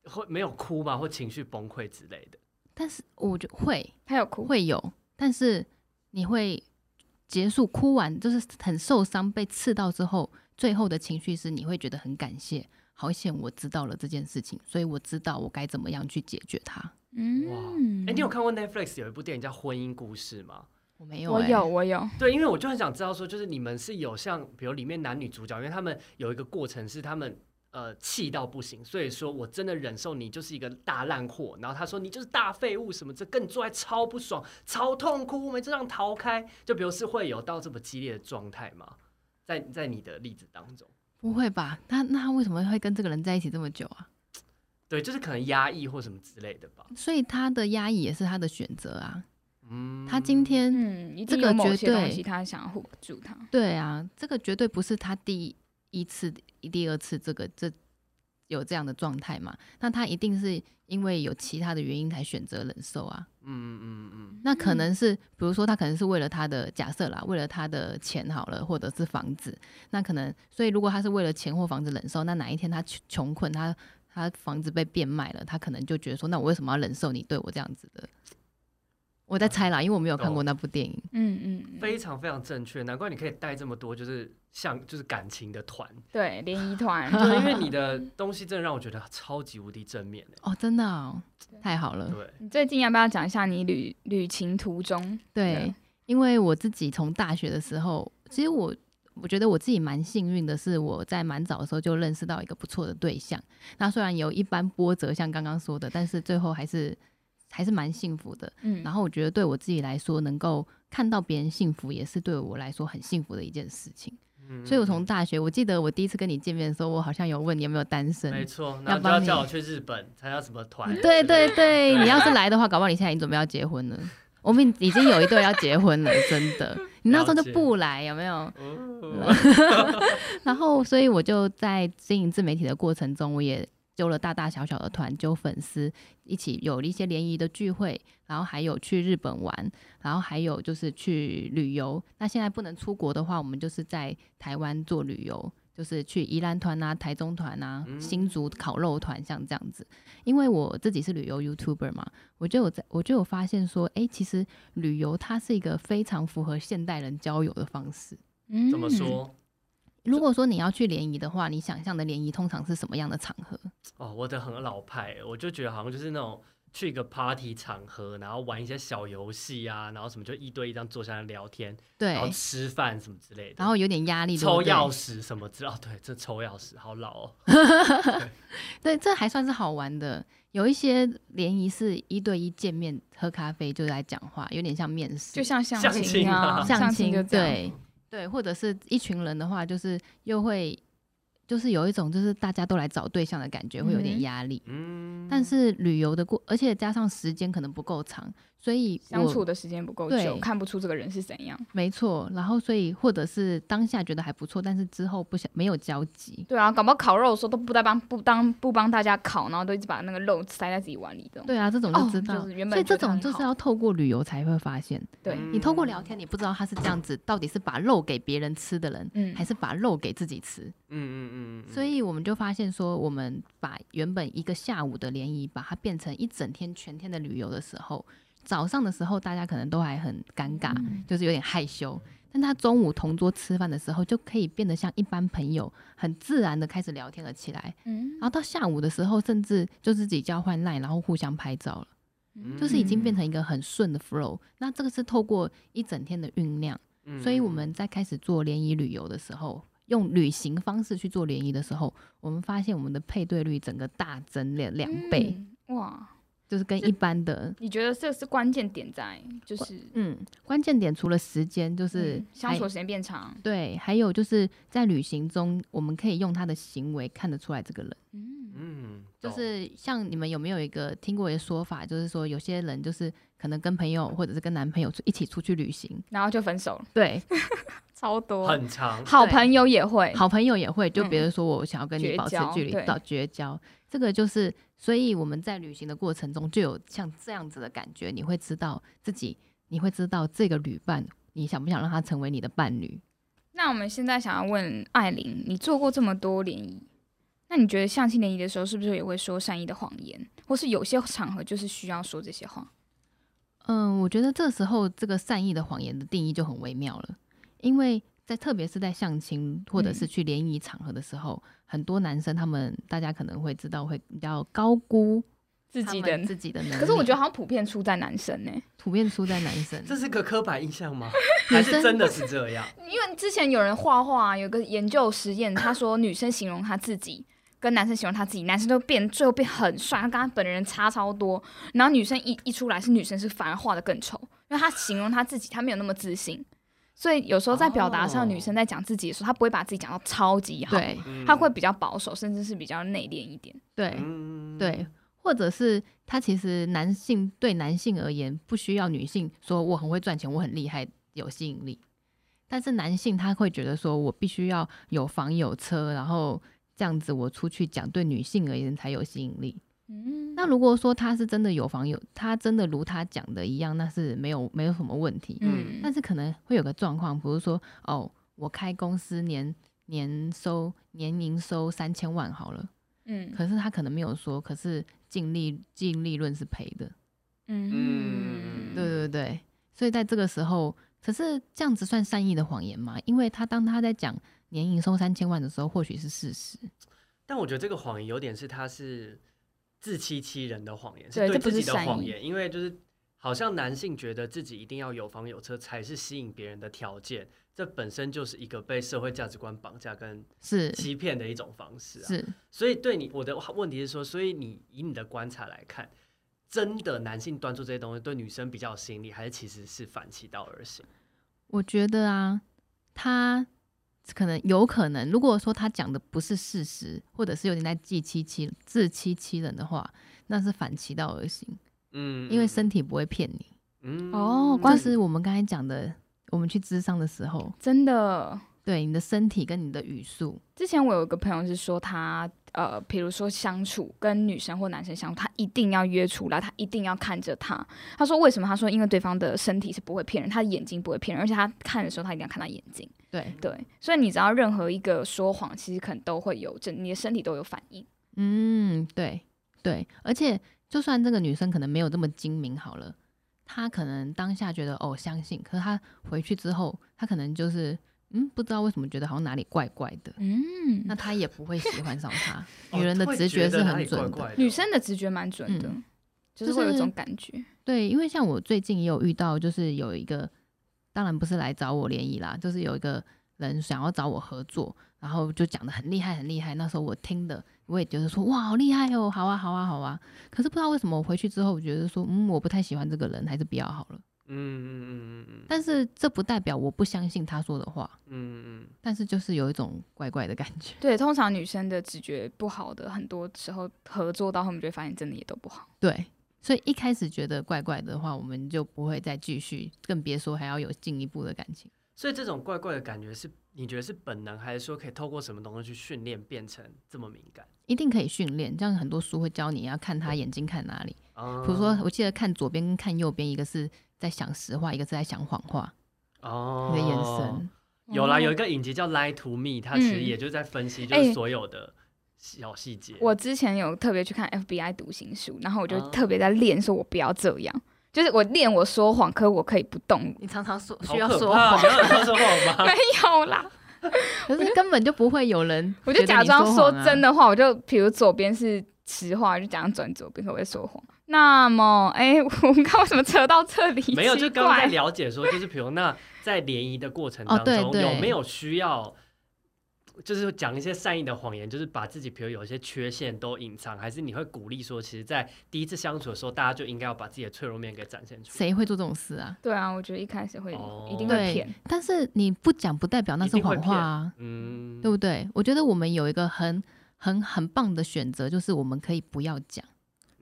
Speaker 2: 会没有哭吗？或情绪崩溃之类的？
Speaker 1: 但是我就会
Speaker 3: 他有哭，
Speaker 1: 会有，但是你会结束哭完，就是很受伤被刺到之后，最后的情绪是你会觉得很感谢，好险我知道了这件事情，所以我知道我该怎么样去解决它。
Speaker 2: 哇，
Speaker 3: 嗯
Speaker 2: 哎、你有看过 Netflix 有一部电影叫《婚姻故事》吗？
Speaker 1: 我没有、
Speaker 3: 我
Speaker 1: 欸
Speaker 3: 有，我有，
Speaker 2: 对，因为我就很想知道说，就是你们是有像比如里面男女主角，因为他们有一个过程是他们。呃，气到不行，所以说我真的忍受你就是一个大烂货。然后他说你就是大废物什么，这更做爱超不爽，超痛苦，我们就这样逃开。就比如是会有到这么激烈的状态吗？在在你的例子当中，
Speaker 1: 不会吧？那那他为什么会跟这个人在一起这么久啊？
Speaker 2: 对，就是可能压抑或什么之类的吧。
Speaker 1: 所以他的压抑也是他的选择啊。
Speaker 2: 嗯，
Speaker 1: 他今天
Speaker 3: 嗯，一
Speaker 1: 这
Speaker 3: 定
Speaker 1: 个
Speaker 3: 有某
Speaker 1: 绝
Speaker 3: 些东
Speaker 1: 对
Speaker 3: 西他想要护住他。
Speaker 1: 对啊，这个绝对不是他第一次、第二次这个这有这样的状态嘛？那他一定是因为有其他的原因才选择忍受啊。
Speaker 2: 嗯嗯嗯
Speaker 1: 那可能是，比如说他可能是为了他的假设啦，为了他的钱好了，或者是房子。那可能，所以如果他是为了钱或房子忍受，那哪一天他穷穷困，他他房子被变卖了，他可能就觉得说，那我为什么要忍受你对我这样子的我在猜啦，因为我没有看过那部电影。
Speaker 3: 嗯嗯，嗯
Speaker 2: 非常非常正确，难怪你可以带这么多，就是像就是感情 的团，
Speaker 3: 对，联谊 团，
Speaker 2: 对，因为你的东西真的让我觉得超级无敌正面
Speaker 1: 哦，真的、哦，太好
Speaker 2: 欸
Speaker 1: 了。
Speaker 2: 对，
Speaker 3: 你最近要不要讲一下你旅旅行途中？
Speaker 1: 对，因为我自己从大学的时候，其实我我觉得我自己蛮幸运的，是我在蛮早的时候就认识到一个不错的对象。那虽然有一般波折，像刚刚说的，但是最后还是还是蛮幸福的。
Speaker 3: 嗯，
Speaker 1: 然后我觉得对我自己来说，能够看到别人幸福，也是对我来说很幸福的一件事情。
Speaker 2: 嗯
Speaker 1: 所以我从大学，我记得我第一次跟你见面的时候，我好像有问你有没有单
Speaker 2: 没
Speaker 1: 身。
Speaker 2: 错，
Speaker 1: 要
Speaker 2: 然后你就要
Speaker 1: 帮你嗯
Speaker 2: 叫我去日本参加什么团，
Speaker 1: 对对
Speaker 2: 不
Speaker 1: 对，你要是来的话，搞不好你现在已经准备要结婚了。我们已经有一对要结婚了，真的。你那时候就
Speaker 2: 了解
Speaker 1: 不来，有没有？
Speaker 2: 哦
Speaker 1: 然后，所以我就在经营自媒体的过程中，我也揪了大大小小的团，揪粉丝一起有一些联谊的聚会，然后还有去日本玩，然后还有就是去旅游。那现在不能出国的话，我们就是在台湾做旅游。就是去宜兰团啊、台中团啊、
Speaker 2: 嗯
Speaker 1: 新竹烤肉团，像这样子。因为我自己是旅游 YouTuber 嘛，我就有在，我就有发现说，诶，其实旅游它是一个非常符合现代人交友的方式。
Speaker 3: 嗯
Speaker 2: 怎么？说？
Speaker 1: 如果说你要去联谊的话，你想象的联谊通常是什么样的场合？
Speaker 2: 哦，我的很老派，我就觉得好像就是那种去一个 party 场合，然后玩一些小游戏啊，然后什么就一对一这样坐下来聊天，
Speaker 1: 对
Speaker 2: 然，后吃饭什么之类的，
Speaker 1: 然后有点压力，对
Speaker 2: 抽
Speaker 1: 不对
Speaker 2: 钥匙什么之类。哦，对，这抽钥匙好老哦。
Speaker 1: 对，这还算是好玩的。有一些联谊是一对一见面喝咖啡就来讲话，有点像面试，
Speaker 3: 就像相
Speaker 2: 相亲
Speaker 3: 啊，
Speaker 2: 啊
Speaker 1: 相亲
Speaker 3: 就这样，
Speaker 1: 对对，或者是一群人的话，就是又会就是有一种就是大家都来找对象的感觉，会有
Speaker 3: 嗯
Speaker 1: 点压力。
Speaker 2: 嗯，
Speaker 1: 但是旅游的过，而且加上时间可能不够长，所以
Speaker 3: 相
Speaker 1: 我
Speaker 3: 处的时间不够
Speaker 1: 对
Speaker 3: 久，看不出这个人是怎样。
Speaker 1: 没错。然后所以或者是当下觉得还不错，但是之后不想没有交集，
Speaker 3: 对啊，搞不好烤肉的时候都不带帮不当不帮大家烤，然后都一直把那个肉塞在自己碗里的。
Speaker 1: 对啊，这种
Speaker 3: 哦
Speaker 1: 就知道，
Speaker 3: 就是原本
Speaker 1: 所以这
Speaker 3: 觉得
Speaker 1: 种
Speaker 3: 很
Speaker 1: 就是
Speaker 3: 好
Speaker 1: 要透过旅游才会发现。
Speaker 3: 对
Speaker 2: 嗯
Speaker 1: 你透过聊天，你不知道他是这样子，到底是把肉给别人吃的人，
Speaker 3: 嗯
Speaker 1: 还是把肉给自己吃。
Speaker 2: 嗯嗯嗯嗯，
Speaker 1: 所以我们就发现说，我们把原本一个下午的联谊，把它变成一整天全天的旅游的时候，早上的时候大家可能都还很尴尬，
Speaker 2: 嗯
Speaker 1: 就是有点害羞。但他中午同桌吃饭的时候，就可以变得像一般朋友，很自然的开始聊天了起来。
Speaker 3: 嗯
Speaker 1: 然，后到下午的时候，甚至就自己交换 line，然后互相拍照了。
Speaker 3: 嗯
Speaker 1: 就是已经变成一个很顺的 flow。那这个是透过一整天的酝酿，
Speaker 2: 嗯
Speaker 1: 所以我们在开始做联谊旅游的时候，用旅行方式去做联谊的时候，我们发现我们的配对率整个大增两两倍，
Speaker 3: 嗯哇！
Speaker 1: 就是跟
Speaker 3: 是
Speaker 1: 一般的。
Speaker 3: 你觉得这是关键点在就是
Speaker 1: 嗯，关键点除了时间，就是
Speaker 3: 嗯相
Speaker 1: 还
Speaker 3: 处的时间变长，
Speaker 1: 对，还有就是在旅行中，我们可以用他的行为看得出来这个人。
Speaker 3: 嗯，
Speaker 2: 嗯，
Speaker 1: 就
Speaker 2: 懂
Speaker 1: 是像你们有没有一个听过一个说法，就是说有些人就是可能跟朋友或者是跟男朋友出一起出去旅行，
Speaker 3: 然后就分手了，
Speaker 1: 对，
Speaker 3: 超多。
Speaker 2: 很长，
Speaker 3: 好朋友也会，
Speaker 1: 好朋友也会，就
Speaker 3: 嗯
Speaker 1: 比如说我想要跟
Speaker 3: 绝
Speaker 1: 你保持
Speaker 3: 交
Speaker 1: 距离
Speaker 3: 对
Speaker 1: 到绝交，这个就是，所以我们在旅行的过程中就有像这样子的感觉，你会知道自己，你会知道这个旅伴，你想不想让他成为你的伴侣？
Speaker 3: 那我们现在想要问艾琳，你做过这么多联谊，那你觉得相亲联谊的时候，是不是也会说善意的谎言，或是有些场合就是需要说这些话？
Speaker 1: 嗯，我觉得这时候这个善意的谎言的定义就很微妙了，因为在特别是在相亲或
Speaker 3: 嗯
Speaker 1: 者是去联谊场合的时候，很多男生他们大家可能会知道会比较高估
Speaker 3: 自
Speaker 1: 他
Speaker 3: 己
Speaker 1: 们
Speaker 3: 的，
Speaker 1: 自己的能力，
Speaker 3: 可是我觉得好像普遍出在男生呢、欸
Speaker 1: 普遍出在男生，
Speaker 2: 这是个刻板印象吗？还是
Speaker 1: 生
Speaker 2: 真的是这样？
Speaker 3: 因为之前有人画画，有个研究实验，他说女生形容她自己。跟男生形容她自己，男生都变最后变很帅，他跟他本人差超多。然后女生一一出来是女生是反而画的更丑，因为她形容她自己，她没有那么自信，所以有时候在表达上
Speaker 2: 哦
Speaker 3: 女生在讲自己的时候，她不会把自己讲到超级好，
Speaker 1: 对
Speaker 2: 嗯
Speaker 3: 她会比较保守，甚至是比较内敛一点。
Speaker 1: 对。
Speaker 2: 嗯
Speaker 1: 对，或者是他其实男性对男性而言，不需要女性说我很会赚钱，我很厉害，有吸引力。但是男性他会觉得说我必须要有房有车，然后这样子我出去讲，对女性而言才有吸引力。
Speaker 3: 嗯，
Speaker 1: 那如果说他是真的有房有，他真的如他讲的一样，那是没有没有什么问题。
Speaker 3: 嗯，
Speaker 1: 但是可能会有个状况，比如说哦，我开公司年年收年营收三千万好了。
Speaker 3: 嗯
Speaker 1: 可是他可能没有说，可是净利净利润是赔的，
Speaker 3: 嗯嗯，
Speaker 1: 对对对，所以在这个时候，可是这样子算善意的谎言吗？因为他当他在讲年营收三千万的时候，或许是事实，
Speaker 2: 但我觉得这个谎言有点是他是自欺欺人的谎言，
Speaker 3: 对
Speaker 2: 对
Speaker 3: 这不
Speaker 2: 自己
Speaker 3: 是
Speaker 2: 的
Speaker 3: 善
Speaker 2: 谎
Speaker 3: 意
Speaker 2: 言，因为就是好像男性觉得自己一定要有房有车才是吸引别人的条件，这本身就是一个被社会价值观绑架跟
Speaker 1: 是
Speaker 2: 欺骗的一种方式啊。
Speaker 1: 是
Speaker 2: 所以对你我的问题是说，所以你以你的观察来看，真的男性端出这些东西对女生比较有吸引力，还是其实是反其道而行？
Speaker 1: 我觉得啊，他可能有可能，如果说他讲的不是事实，或者是有点在自欺欺自欺欺人的话，那是反其道而行，
Speaker 2: 嗯
Speaker 1: 因为
Speaker 2: 身
Speaker 1: 身体不会骗你。
Speaker 2: 嗯
Speaker 3: 哦
Speaker 1: 就
Speaker 3: 关
Speaker 1: 是我们刚才讲的，我们去咨商的时候，
Speaker 3: 真的。
Speaker 1: 对你的身体跟你的语速，
Speaker 3: 之前我有一个朋友是说他，呃，比如说相处跟女生或男生相处，他一定要约出来，他一定要看着他。他说为什么？他说因为对方的身体是不会骗人，他的眼睛不会骗人，而且他看的时候他一定要看他眼睛。
Speaker 1: 对，
Speaker 3: 对，所以你知道任何一个说谎，其实可能都会有，整你的身体都有反应。
Speaker 1: 嗯，对对，而且就算这个女生可能没有这么精明好了，她可能当下觉得哦相信，可是她回去之后，她可能就是嗯不知道为什么觉得好像哪里怪怪的，
Speaker 3: 嗯
Speaker 1: 那她也不会喜欢上他。
Speaker 2: 哦
Speaker 1: 女人的
Speaker 2: 会
Speaker 1: 直觉
Speaker 2: 觉得
Speaker 1: 是
Speaker 2: 哪
Speaker 1: 很
Speaker 2: 里
Speaker 1: 准
Speaker 2: 怪哦
Speaker 1: 的
Speaker 2: 怪
Speaker 3: 女生的直觉蛮准的，
Speaker 1: 嗯
Speaker 3: 就
Speaker 1: 就是
Speaker 3: 会有一
Speaker 1: 是
Speaker 3: 种感觉。
Speaker 1: 对，因为像我最近也有遇到，就是有一个，当然不是来找我联谊啦，就是有一个人想要找我合作，然后就讲的很厉害很厉害。那时候我听的，我也觉得说哇好厉害哦，好啊好啊好啊。可是不知道为什么我回去之后，我觉得说嗯我不太喜欢这个人，还是不要好了。
Speaker 2: 嗯嗯嗯嗯嗯
Speaker 1: 但是这不代表我不相信他说的话，
Speaker 2: 嗯嗯
Speaker 1: 但是就是有一种怪怪的感觉。
Speaker 3: 对，通常女生的直觉不好的，很多时候合作到后面就会发现真的也都不好。
Speaker 1: 对，所以一开始觉得怪怪的话，我们就不会再继续，更别说还要有进一步的感情。
Speaker 2: 所以这种怪怪的感觉是，你觉得是本能，还是说可以透过什么东西去训练变成这么敏感？
Speaker 1: 一定可以训练，这样很多书会教你要看他眼睛看哪里。
Speaker 2: 比
Speaker 1: 比如
Speaker 2: 嗯
Speaker 1: 说，我记得看左边跟看右边，一个是在想实话，一个是在想谎话。
Speaker 2: 哦
Speaker 1: 你的眼神，
Speaker 2: 有啦，
Speaker 3: 哦
Speaker 2: 有一个影集叫《Lie to Me》，它其实
Speaker 3: 嗯
Speaker 2: 也就在分析就是
Speaker 3: 哎
Speaker 2: 所有的小细节。
Speaker 3: 我之前有特别去看 FBI 读心术，然后我就
Speaker 2: 哦
Speaker 3: 特别在练，说我不要这样，就是我练我说谎，可我可以不动，
Speaker 1: 你常常说
Speaker 2: 好可怕，啊你要说说谎吗？
Speaker 3: 没有啦，
Speaker 1: 可是根本就不会有人
Speaker 3: 我就
Speaker 1: 觉得
Speaker 3: 假
Speaker 1: 你
Speaker 3: 装说
Speaker 1: 谎啊
Speaker 3: 真。的话，我就比如左边是实话，我就假装转左边，可我会说谎。那么，哎、 我们看为什么扯到这里？
Speaker 2: 没有，就
Speaker 3: 奇
Speaker 2: 刚刚在
Speaker 3: 怪。
Speaker 2: 了解说，就是比如那在联谊的过程当
Speaker 1: 哦对
Speaker 2: 中，
Speaker 1: 对
Speaker 2: 有没有需要，就是讲一些善意的谎言，就是把自己比如有一些缺陷都隐藏，还是你会鼓励说，其实，在第一次相处的时候，大家就应该要把自己的脆弱面给展现出来。
Speaker 1: 谁会做这种事啊？
Speaker 3: 对啊，我觉得一开始会、
Speaker 2: 哦
Speaker 3: 一定会
Speaker 1: 对
Speaker 3: 骗，，
Speaker 1: 但是你不讲不代表那
Speaker 2: 一
Speaker 1: 是
Speaker 2: 定会
Speaker 1: 谎话啊，
Speaker 2: 嗯，
Speaker 1: 对不对？我觉得我们有一个很很很棒的选择，就是我们可以不要讲。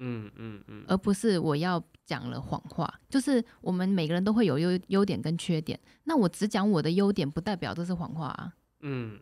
Speaker 2: 嗯嗯嗯，
Speaker 1: 而不是我要讲了谎话。就是我们每个人都会有优优点跟缺点，那我只讲我的优点，不代表这是谎话啊。
Speaker 2: 嗯，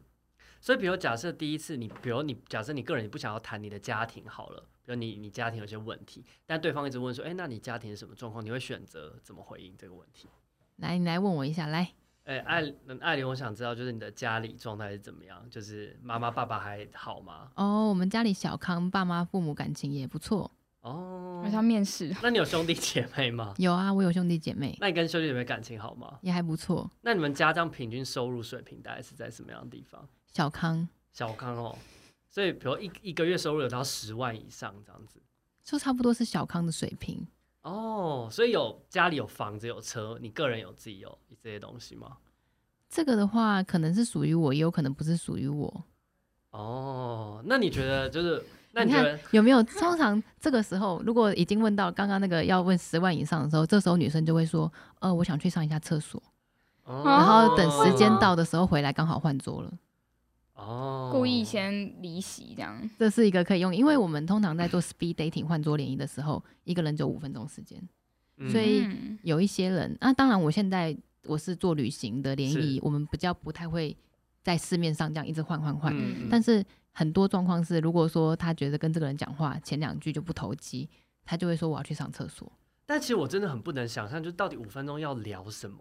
Speaker 2: 所以比如假设第一次你，比如你假设你个人你不想要谈你的家庭好了，比如你你家庭有些问题，但对方一直问说，哎，那你家庭是什么状况？你会选择怎么回应这个问题？
Speaker 1: 来，你来问我一下，来，
Speaker 2: 哎，艾嗯艾琳，我想知道就是你的家里状态是怎么样？就是妈妈爸爸还好吗？
Speaker 1: 哦，我们家里小康，爸妈父母感情也不错。
Speaker 2: 哦
Speaker 3: 我，像面试。
Speaker 2: 那你有兄弟姐妹吗？
Speaker 1: 有啊，我有兄弟姐妹，
Speaker 2: 那你跟兄弟姐妹感情好吗？
Speaker 1: 也还不错。
Speaker 2: 那你们家这样平均收入水平大概是在什么样的地方？
Speaker 1: 小康
Speaker 2: 小康哦，所以比如一一个月收入有到十万以上这样子。
Speaker 1: 就差不多是小康的水平。
Speaker 2: 哦，所以有家里有房子有车，你个人有自己有这些东西吗？
Speaker 1: 这个的话，可能是属于我，也有可能不是属于我。
Speaker 2: 哦，那你觉得就是，那
Speaker 1: 你
Speaker 2: 你觉
Speaker 1: 看
Speaker 2: 得，
Speaker 1: 有没有？通常这个时候，如果已经问到刚刚那个要问十万以上的时候，这时候女生就会说：“呃，我想去上一下厕所。”
Speaker 2: 哦
Speaker 1: 然后等时间
Speaker 3: 哦
Speaker 1: 到的时候回来，刚好换桌了。
Speaker 2: 哦，
Speaker 3: 故意先离席这样，
Speaker 1: 这是一个可以用，因为我们通常在做 speed dating 换桌联谊的时候，一个人只有五分钟时间。
Speaker 2: 嗯，
Speaker 1: 所以
Speaker 3: 嗯
Speaker 1: 有一些人，那、当然我现在我是做旅行的联谊
Speaker 2: 是，
Speaker 1: 我们比较不太会在市面上这样一直换换换。
Speaker 2: 嗯
Speaker 1: 但是很多状况是，如果说他觉得跟这个人讲话前两句就不投机，他就会说我要去上厕所。
Speaker 2: 但其实我真的很不能想象，就到底五分钟要聊什么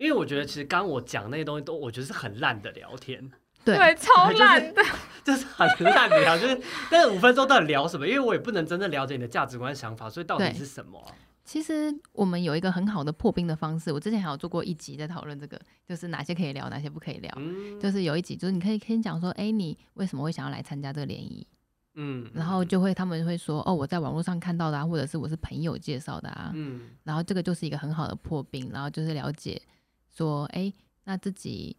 Speaker 2: 欸、因为我觉得其实刚我讲那些东西都，我觉得是很烂的聊天，
Speaker 1: 对，
Speaker 3: 对，超烂的，
Speaker 2: 就是很烂的聊，就是但是五分钟到底聊什么？因为我也不能真正了解你的价值观想法，所以到底
Speaker 1: 对
Speaker 2: 是什么啊、
Speaker 1: 其实我们有一个很好的破冰的方式，我之前还有做过一集在讨论这个，就是哪些可以聊，哪些不可以聊。
Speaker 2: 嗯，
Speaker 1: 就是有一集，就是你可以先讲说，哎、你为什么会想要来参加这个联谊？
Speaker 2: 嗯，
Speaker 1: 然后就会他们会说，哦，我在网络上看到的、啊，或者是我是朋友介绍的啊。
Speaker 2: 嗯
Speaker 1: 然后这个就是一个很好的破冰，然后就是了解说，哎，那自己，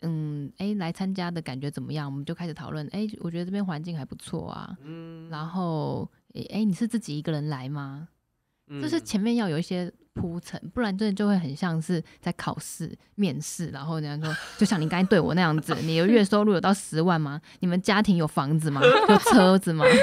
Speaker 1: 嗯，哎，来参加的感觉怎么样？我们就开始讨论，哎，我觉得这边环境还不错啊。
Speaker 2: 嗯，
Speaker 1: 然后，哎，你是自己一个人来吗？
Speaker 2: 嗯
Speaker 1: 就是前面要有一些铺陈，不然真的就会很像是在考试、面试，然后人家说，就像你刚才对我那样子，你的月收入有到十万吗？你们家庭有房子吗？有车子吗？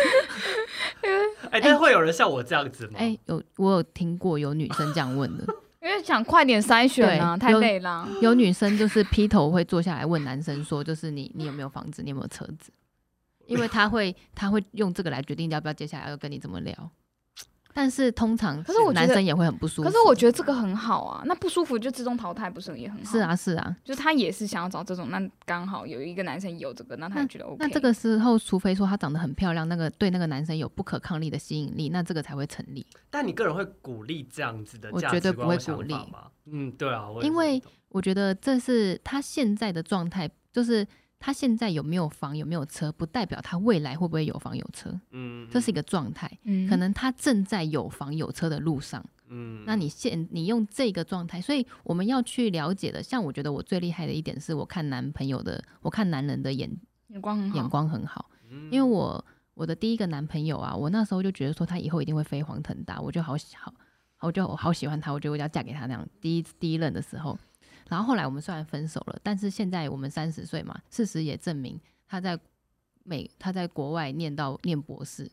Speaker 2: 嗯哎，但会有人像我这样子吗？
Speaker 1: 哎、有我有听过有女生这样问的，
Speaker 3: 因为想快点筛选啊，
Speaker 1: 对
Speaker 3: 太
Speaker 1: 有
Speaker 3: 累啦。
Speaker 1: 有女生就是劈头会坐下来问男生说，就是你你有没有房子，你有没有车子？因为他会他会用这个来决定要不要接下来要跟你怎么聊。但是通常，
Speaker 3: 可是我觉得
Speaker 1: 男生也会很不舒服。
Speaker 3: 可是我觉得这个很好啊，那不舒服就自动淘汰，不是也很好？
Speaker 1: 是，啊是啊，
Speaker 3: 就是他也是想要找这种，那刚好有一个男生有这个，那他也觉得 OK。
Speaker 1: 那这个时候，除非说她长得很漂亮，那个对那个男生有不可抗力的吸引力，那这个才会成立。
Speaker 2: 但你个人会鼓励这样子的
Speaker 1: 我
Speaker 2: 价
Speaker 1: 绝对
Speaker 2: 值观
Speaker 1: 不会
Speaker 2: 或想
Speaker 1: 鼓
Speaker 2: 法
Speaker 1: 励
Speaker 2: 吗？嗯，对啊，我也
Speaker 1: 因
Speaker 2: 是这么
Speaker 1: 为
Speaker 2: 懂
Speaker 1: 我觉得这是她现在的状态，就是她现在有没有房、有没有车，不代表她未来会不会有房有车，
Speaker 2: 嗯，
Speaker 1: 这是一个状态。
Speaker 3: 嗯
Speaker 1: 可能她正在有房有车的路上，
Speaker 2: 嗯，
Speaker 1: 那你现你用这个状态，所以我们要去了解的。像我觉得我最厉害的一点是，我看男朋友的，我看男人的眼
Speaker 3: 眼光很好，
Speaker 1: 眼光很好。
Speaker 2: 嗯
Speaker 1: 因为我我的第一个男朋友啊，我那时候就觉得说他以后一定会飞黄腾达，我就好喜好，我就我好喜欢他，我觉得我要嫁给他那样。第一第一任的时候，然后后来我们虽然分手了，但是现在我们三十岁嘛，事实也证明他在美他在国外念到念博士，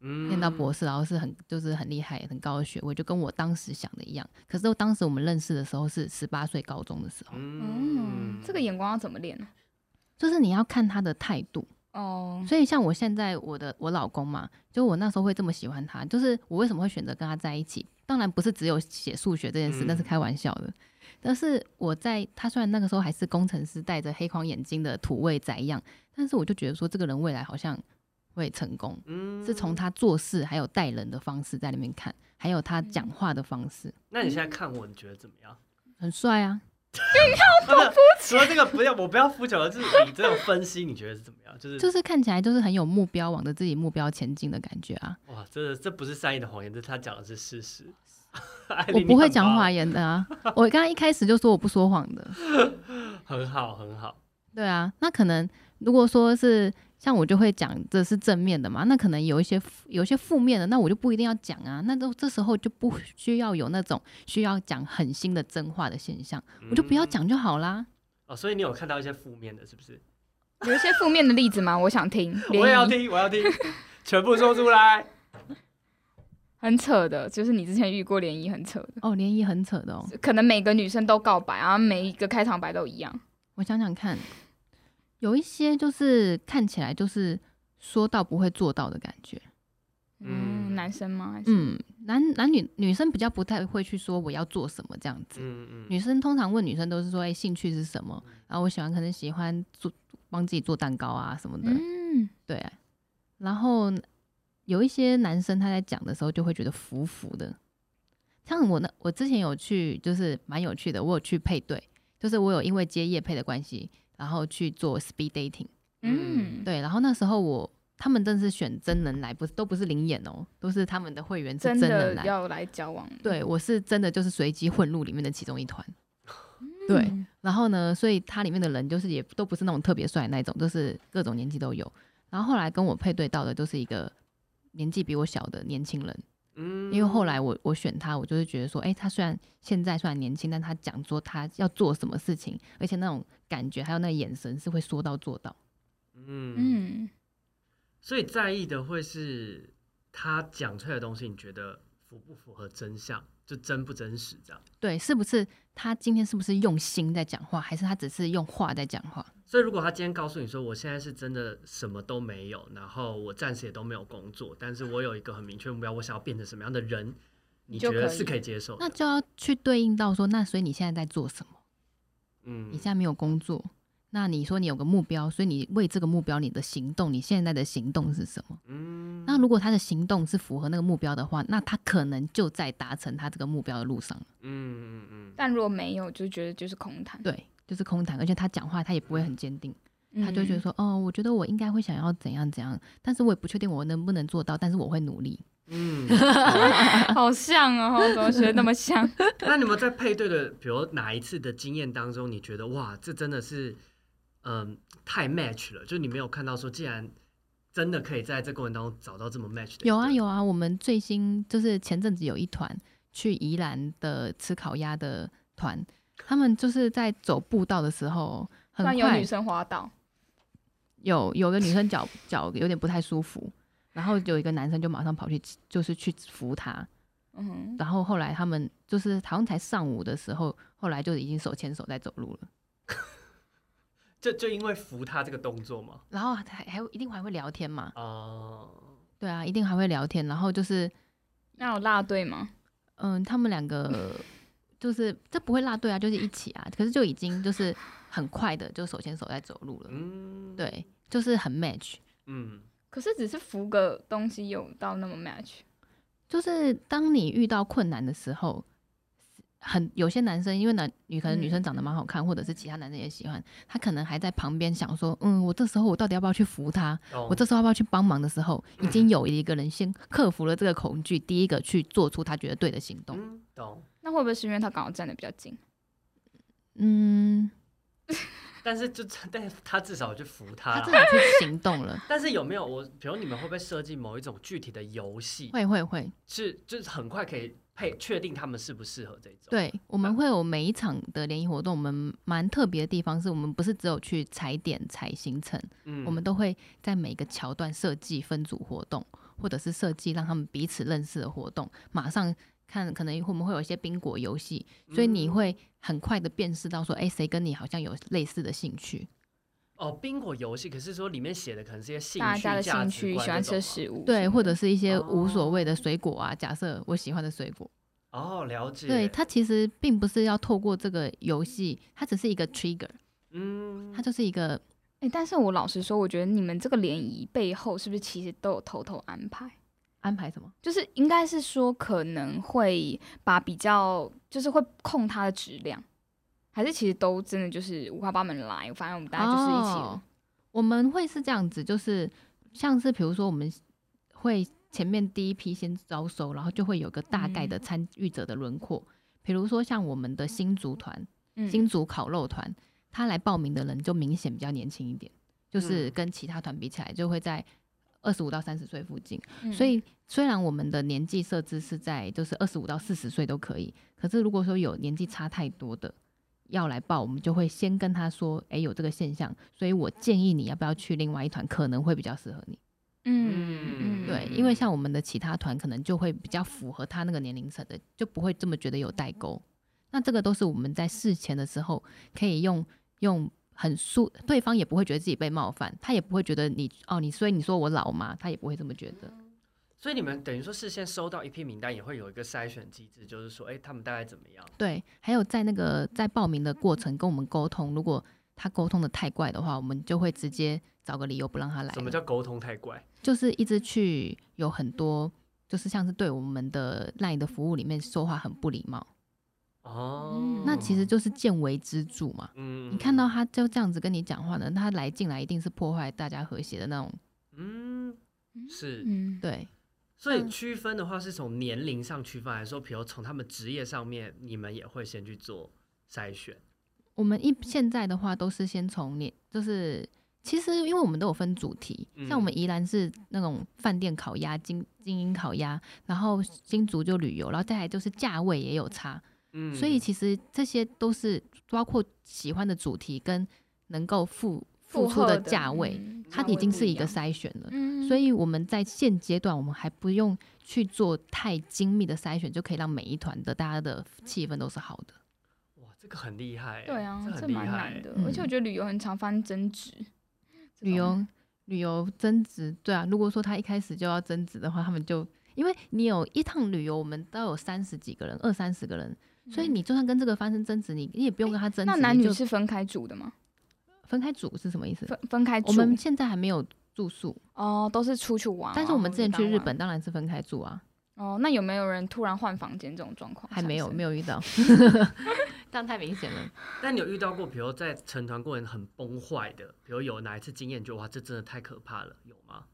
Speaker 2: 嗯
Speaker 1: 念到博
Speaker 2: 士，
Speaker 1: 士，然后是很就是很厉害很高的学位，就跟我当时想的一样。可是当时我们认识的时候是十八岁高中的时候，
Speaker 3: 嗯，这个眼光要怎么练呢？
Speaker 1: 就是你要看他的态度。
Speaker 2: 嗯
Speaker 3: 哦，
Speaker 1: 所以像我现在我的我老公嘛，就我那时候会这么喜欢他，就是我为什么会选择跟他在一起？当然不是只有写数学这件事，
Speaker 2: 嗯
Speaker 1: 那是开玩笑的。但是我在他虽然那个时候还是工程师，戴着黑框眼镜的土味仔一样，但是我就觉得说这个人未来好像会成功，
Speaker 2: 嗯
Speaker 1: 是从。他做事还有待人的方式在里面看，还有他
Speaker 2: 嗯
Speaker 1: 讲话的方式，
Speaker 2: 那你现在看我，你觉得怎么 样？
Speaker 1: 很帅啊。
Speaker 2: 不是，除了这个，不要，我不要肤浅了，就是你这种分析，你觉得是怎么样？就是
Speaker 1: 就是看起来就是很有目标，往着自己目标前进的感觉啊！
Speaker 2: 哇，这这不是善意的谎言，这他讲的是事实。 艾
Speaker 1: 我
Speaker 2: 琳
Speaker 1: 不会讲，
Speaker 2: 你
Speaker 1: 谎言的啊！我刚刚一开始就说我不说谎的，
Speaker 2: 很棒很好，很好。
Speaker 1: 对啊，那可能如果说是像我就会讲这是正面的嘛，那可能有一些负有一些负面的，那我就不一定要讲啊，那都这时候就不需要有那种需要讲狠心的真话的现象，我就不要
Speaker 2: 嗯
Speaker 1: 讲就好啦。
Speaker 2: 哦，所以你有看到一些负面的，是不是？
Speaker 3: 有一些负面的例子吗？ 我想听，
Speaker 2: 我也要
Speaker 3: 联谊
Speaker 2: 听，我要听，全部说出来。
Speaker 3: 很扯的，就是你之前遇过联谊很扯的，
Speaker 1: 哦，联谊很扯的哦，
Speaker 3: 可能每个女生都告白，然后每一个开场白都一样，
Speaker 1: 我想想看，有一些就是看起来就是说到不会做到的感觉，
Speaker 2: 嗯
Speaker 3: 嗯，男生吗？还是，
Speaker 1: 嗯，男男女女生比较不太会去说我要做什么这样子，
Speaker 2: 嗯 嗯
Speaker 1: 女生通常问女生都是说，哎、兴趣是什么？然后我喜欢，可能喜欢做帮自己做蛋糕啊什么的，
Speaker 3: 嗯，
Speaker 1: 对。啊然后有一些男生他在讲的时候就会觉得服服的，像我呢，我之前有去，就是蛮有趣的，我有去配对，就是我有因为接业配的关系，然后去做 speed dating，
Speaker 3: 嗯，
Speaker 1: 对。然后那时候我他们真是选真人来，不是都不是灵眼哦，都是他们的会员是
Speaker 3: 真
Speaker 1: 真人
Speaker 3: 的
Speaker 1: 来，
Speaker 3: 要来交往，
Speaker 1: 对我是真的就是随机混入里面的其中一团。对
Speaker 3: 嗯，
Speaker 1: 然后呢，所以它里面的人就是也都不是那种特别帅的那种，就是各种年纪都有。然后后来跟我配对到的就是一个年纪比我小的年轻人，
Speaker 2: 嗯
Speaker 1: 因为后来我我选他，我就是觉得说，哎，他虽然现在虽然年轻，但他讲说他要做什么事情，而且那种感觉还有那个眼神是会说到做到。
Speaker 2: 嗯嗯，
Speaker 3: 嗯，
Speaker 2: 所以在意的会是他讲出来的东西，你觉得符不符合真相，就真不真实这样。
Speaker 1: 对，是不是他今天是不是用心在讲话，还是他只是用话在讲话？
Speaker 2: 所以，如果他今天告诉你说，我现在是真的什么都没有，然后我暂时也都没有工作，但是我有一个很明确的目标，我想要变成什么样的人，你觉
Speaker 3: 就
Speaker 2: 得
Speaker 3: 可以
Speaker 2: 是可以接受的？
Speaker 1: 那就要去对应到说，那所以你现在在做什么？
Speaker 2: 嗯
Speaker 1: 你现在没有工作，那你说你有个目标，所以你为这个目标，你的行动，你现在的行动是什么？
Speaker 2: 嗯，
Speaker 1: 那如果他的行动是符合那个目标的话，那他可能就在达成他这个目标的路上了。
Speaker 2: 嗯嗯嗯，
Speaker 3: 但如果没有，就觉得就是空谈，
Speaker 1: 对，就是空谈，而且他讲话他也不会很坚定，
Speaker 3: 嗯
Speaker 1: 他就觉得说，哦，我觉得我应该会想要怎样怎样，但是我也不确定我能不能做到，但是我会努力。
Speaker 2: 嗯，
Speaker 3: 好像哦，怎么学得那么像？
Speaker 2: 那你们在配对的，比如哪一次的经验当中，你觉得哇，这真的是嗯太 match 了，就你没有看到说，竟然真的可以在这过程当中找到这么 match 的？
Speaker 1: 有啊，有啊，我们最新就是前阵子有一团去宜兰的吃烤鸭的团，他们就是在走步道的时候，很
Speaker 3: 那
Speaker 1: 快
Speaker 3: 有女生滑倒，
Speaker 1: 有有个女生脚脚有点不太舒服，然后有一个男生就马上跑去就是去扶她，
Speaker 3: 嗯，
Speaker 1: 然后后来他们就是好像才上午的时候，后来就已经手牵手在走路了，
Speaker 2: 就就因为扶他这个动作嘛。
Speaker 1: 然后还还一定还会聊天嘛，
Speaker 2: 哦、
Speaker 1: 对啊，一定还会聊天，然后就是
Speaker 3: 那有落队吗？
Speaker 1: 嗯，他们两个就是这不会落队啊，就是一起啊，可是就已经就是很快的就手牵手在走路了，
Speaker 2: 嗯，，
Speaker 1: 对，就是很 match，
Speaker 2: 嗯
Speaker 3: 可是只是扶个东西有到那么 match，
Speaker 1: 就是当你遇到困难的时候，很有些男生，因为男女可能
Speaker 3: 嗯
Speaker 1: 女生长得蛮好看，或者是其他男生也喜欢，他可能还在旁边想说，嗯，我这时候我到底要不要去扶他？
Speaker 2: 懂
Speaker 1: 我这时候要不要去帮忙的时候，已经有一个人先克服了这个恐惧，第一个去做出他觉得对的行动。
Speaker 2: 嗯懂，
Speaker 3: 那会不会是因为他刚好站的比较近？
Speaker 1: 嗯，
Speaker 2: 但是就但是他至少去扶他
Speaker 1: 他
Speaker 2: 啦
Speaker 1: 自己去行动了，
Speaker 2: 但是有没有我，比如你们会不会设计某一种具体的游戏，
Speaker 1: 会会会，
Speaker 2: 是就是很快可以配确定他们适不适合这种？，
Speaker 1: 对，我们会有每一场的联谊活动，我们蛮特别的地方是我们不是只有去踩点踩行程。
Speaker 2: 嗯
Speaker 1: 我们都会在每个桥段设计分组活动，或者是设计让他们彼此认识的活动。马上看，可能我们会有一些宾果游戏，所以你
Speaker 2: 嗯
Speaker 1: 会很快的辨识到说，哎、谁跟你好像有类似的兴趣。
Speaker 2: 哦，宾果游戏，可是说里面写的可能是一些兴趣、
Speaker 3: 大家的
Speaker 2: 价
Speaker 3: 兴
Speaker 2: 值
Speaker 3: 趣、
Speaker 2: 观
Speaker 3: 喜欢
Speaker 2: 这
Speaker 3: 吃的
Speaker 2: 种
Speaker 3: 食物，
Speaker 1: 对，或者是一些无
Speaker 2: 哦
Speaker 1: 所谓的水果啊，假设我喜欢的水果。
Speaker 2: 吗。哦，了解。
Speaker 1: 对，，它其实并不是要透过这个游戏，它只是一个 trigger，
Speaker 2: 嗯，
Speaker 1: 它就是一个
Speaker 3: 哎、但是我老实说，我觉得你们这个联谊背后是不是其实都有偷偷安排？
Speaker 1: 安排什么。
Speaker 3: 就是应该是说可能会把比较，就是会控它的质量，还是其实都真的就是五花八门来，反正我们大家就是一起。
Speaker 1: 哦我们会是这样子，就是像是比如说我们会前面第一批先招收，然后就会有个大概的
Speaker 3: 嗯
Speaker 1: 参与者的轮廓。比如说像我们的新竹团、新
Speaker 3: 嗯，
Speaker 1: 竹烤肉团，他来报名的人就明显比较年轻一点，就是
Speaker 2: 嗯
Speaker 1: 跟其他团比起来，就会在二十五到三十岁附近。
Speaker 3: 嗯
Speaker 1: 所以虽然我们的年纪设置是在就是二十五到四十岁都可以，可是如果说有年纪差太多的要来报，我们就会先跟他说，诶，有这个现象，所以我建议你要不要去另外一团，可能会比较适合你。
Speaker 3: 嗯嗯，
Speaker 1: 对，因为像我们的其他团可能就会比较符合他那个年龄层的，就不会这么觉得有代沟。那这个都是我们在事前的时候可以用用很舒，对方也不会觉得自己被冒犯，他也不会觉得你哦，你所以你说我老吗？他也不会这么觉得。
Speaker 2: 所以你们等于说事先收到一批名单，也会有一个筛选机制，就是说，哎、他们大概怎么样？
Speaker 1: 对，还有在那个在报名的过程跟我们沟通，如果他沟通的太怪的话，我们就会直接找个理由不让他来
Speaker 2: 什么
Speaker 1: 了。
Speaker 2: 叫沟通太怪？
Speaker 1: 就是一直去有很多，就是像是对我们的 LINE 的服务里面说话很不礼貌，
Speaker 2: 哦，
Speaker 3: 嗯
Speaker 1: 那其实就是见微知著嘛。
Speaker 2: 嗯
Speaker 1: 你看到，他就这样子跟你讲话呢，他来进来一定是破坏大家和谐的那种。
Speaker 2: 嗯，是，
Speaker 3: 嗯，
Speaker 1: 对，
Speaker 2: 所以区分的话是从年龄上区分，还是说，比如从他们职业上面，你们也会先去做筛选？
Speaker 1: 我们一现在的话都是先从你，就是其实因为我们都有分主题，
Speaker 2: 嗯
Speaker 1: 像我们宜兰是那种饭店烤鸭、精精英烤鸭，然后新竹就旅游，然后再来就是价位也有差，
Speaker 2: 嗯
Speaker 1: 所以其实这些都是包括喜欢的主题跟能够付付出
Speaker 3: 荷
Speaker 1: 的价位，
Speaker 3: 嗯
Speaker 1: 它
Speaker 3: 价
Speaker 1: 已
Speaker 3: 位
Speaker 1: 经
Speaker 3: 不
Speaker 1: 是一
Speaker 3: 样
Speaker 1: 个筛选了。
Speaker 3: 嗯
Speaker 1: 所以我们在现阶段，我们还不用去做太精密的筛选，就可以让每一团的大家的气氛都是好的。
Speaker 2: 哇，这个很厉害欸，
Speaker 3: 对啊，
Speaker 2: 很
Speaker 3: 这
Speaker 2: 厉
Speaker 3: 蛮
Speaker 2: 害
Speaker 3: 难
Speaker 2: 欸。
Speaker 3: 的，
Speaker 1: 嗯
Speaker 3: 而且我觉得旅游很常发生争执，这
Speaker 1: 旅
Speaker 3: 种
Speaker 1: 游旅游增值，对啊，如果说他一开始就要增值的话，他们就因为你有一趟旅游，我们都有三十几个人，二三十个人，所以
Speaker 3: 嗯
Speaker 1: 你就算跟这个发生争执，你你也不用跟他争执，
Speaker 3: 那男
Speaker 1: 你
Speaker 3: 女
Speaker 1: 就是
Speaker 3: 分开住的吗？
Speaker 1: 分开住是什么意思？
Speaker 3: 分分开住
Speaker 1: 我们现在还没有住宿，
Speaker 3: 哦，都是出去玩啊，
Speaker 1: 但是我们之前去
Speaker 3: 或者
Speaker 1: 日
Speaker 3: 当晚
Speaker 1: 本当然是分开住啊，
Speaker 3: 哦，那有没有人突然换房间哦这种状况？
Speaker 1: 还没有没
Speaker 3: 有，
Speaker 1: 有遇 到， 这样太明显了。
Speaker 2: 但你有遇到过，比如在成团过程很崩坏的，比如有哪一次经验，就哇，这真的太可怕了，有吗？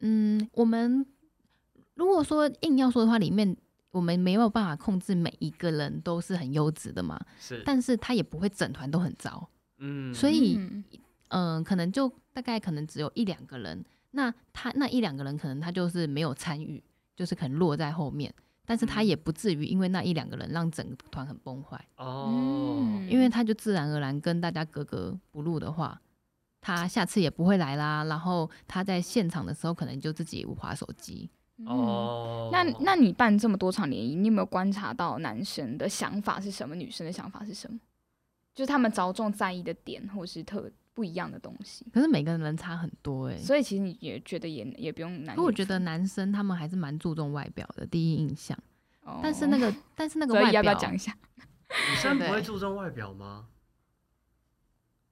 Speaker 1: 嗯，我们如果说硬要说的话，里面我们没有办法控制每一个人都是很优质的嘛，
Speaker 2: 是，
Speaker 1: 但是他也不会整团都很糟，
Speaker 2: 嗯，
Speaker 1: 所以
Speaker 3: 嗯
Speaker 1: 嗯、可能就大概可能只有一两个人，那他那一两个人可能他就是没有参与，就是可能落在后面，但是他
Speaker 2: 嗯
Speaker 1: 也不至于因为那一两个人让整个团很崩坏，
Speaker 3: 嗯
Speaker 2: 哦，
Speaker 1: 因为他就自然而然跟大家格格不入的话，他下次也不会来啦。然后他在现场的时候，可能就自己划手机。
Speaker 3: 哦。
Speaker 2: 哦，
Speaker 3: 那那你办这么多场联谊，你有没有观察到男生的想法是什么，女生的想法是什么？就是他们着重在意的点，或是特不一样的东西。
Speaker 1: 可是每个人差很多哎、欸，
Speaker 3: 所以其实你也觉得也也不用难。
Speaker 1: 可我觉得，男生他们还是蛮注重外表的第一印象，
Speaker 3: 哦
Speaker 1: 但是那个但是那个
Speaker 3: 所
Speaker 1: 外
Speaker 3: 以
Speaker 1: 表
Speaker 3: 要不要讲一下？
Speaker 2: 女生不会
Speaker 1: 对
Speaker 2: 注重外表吗？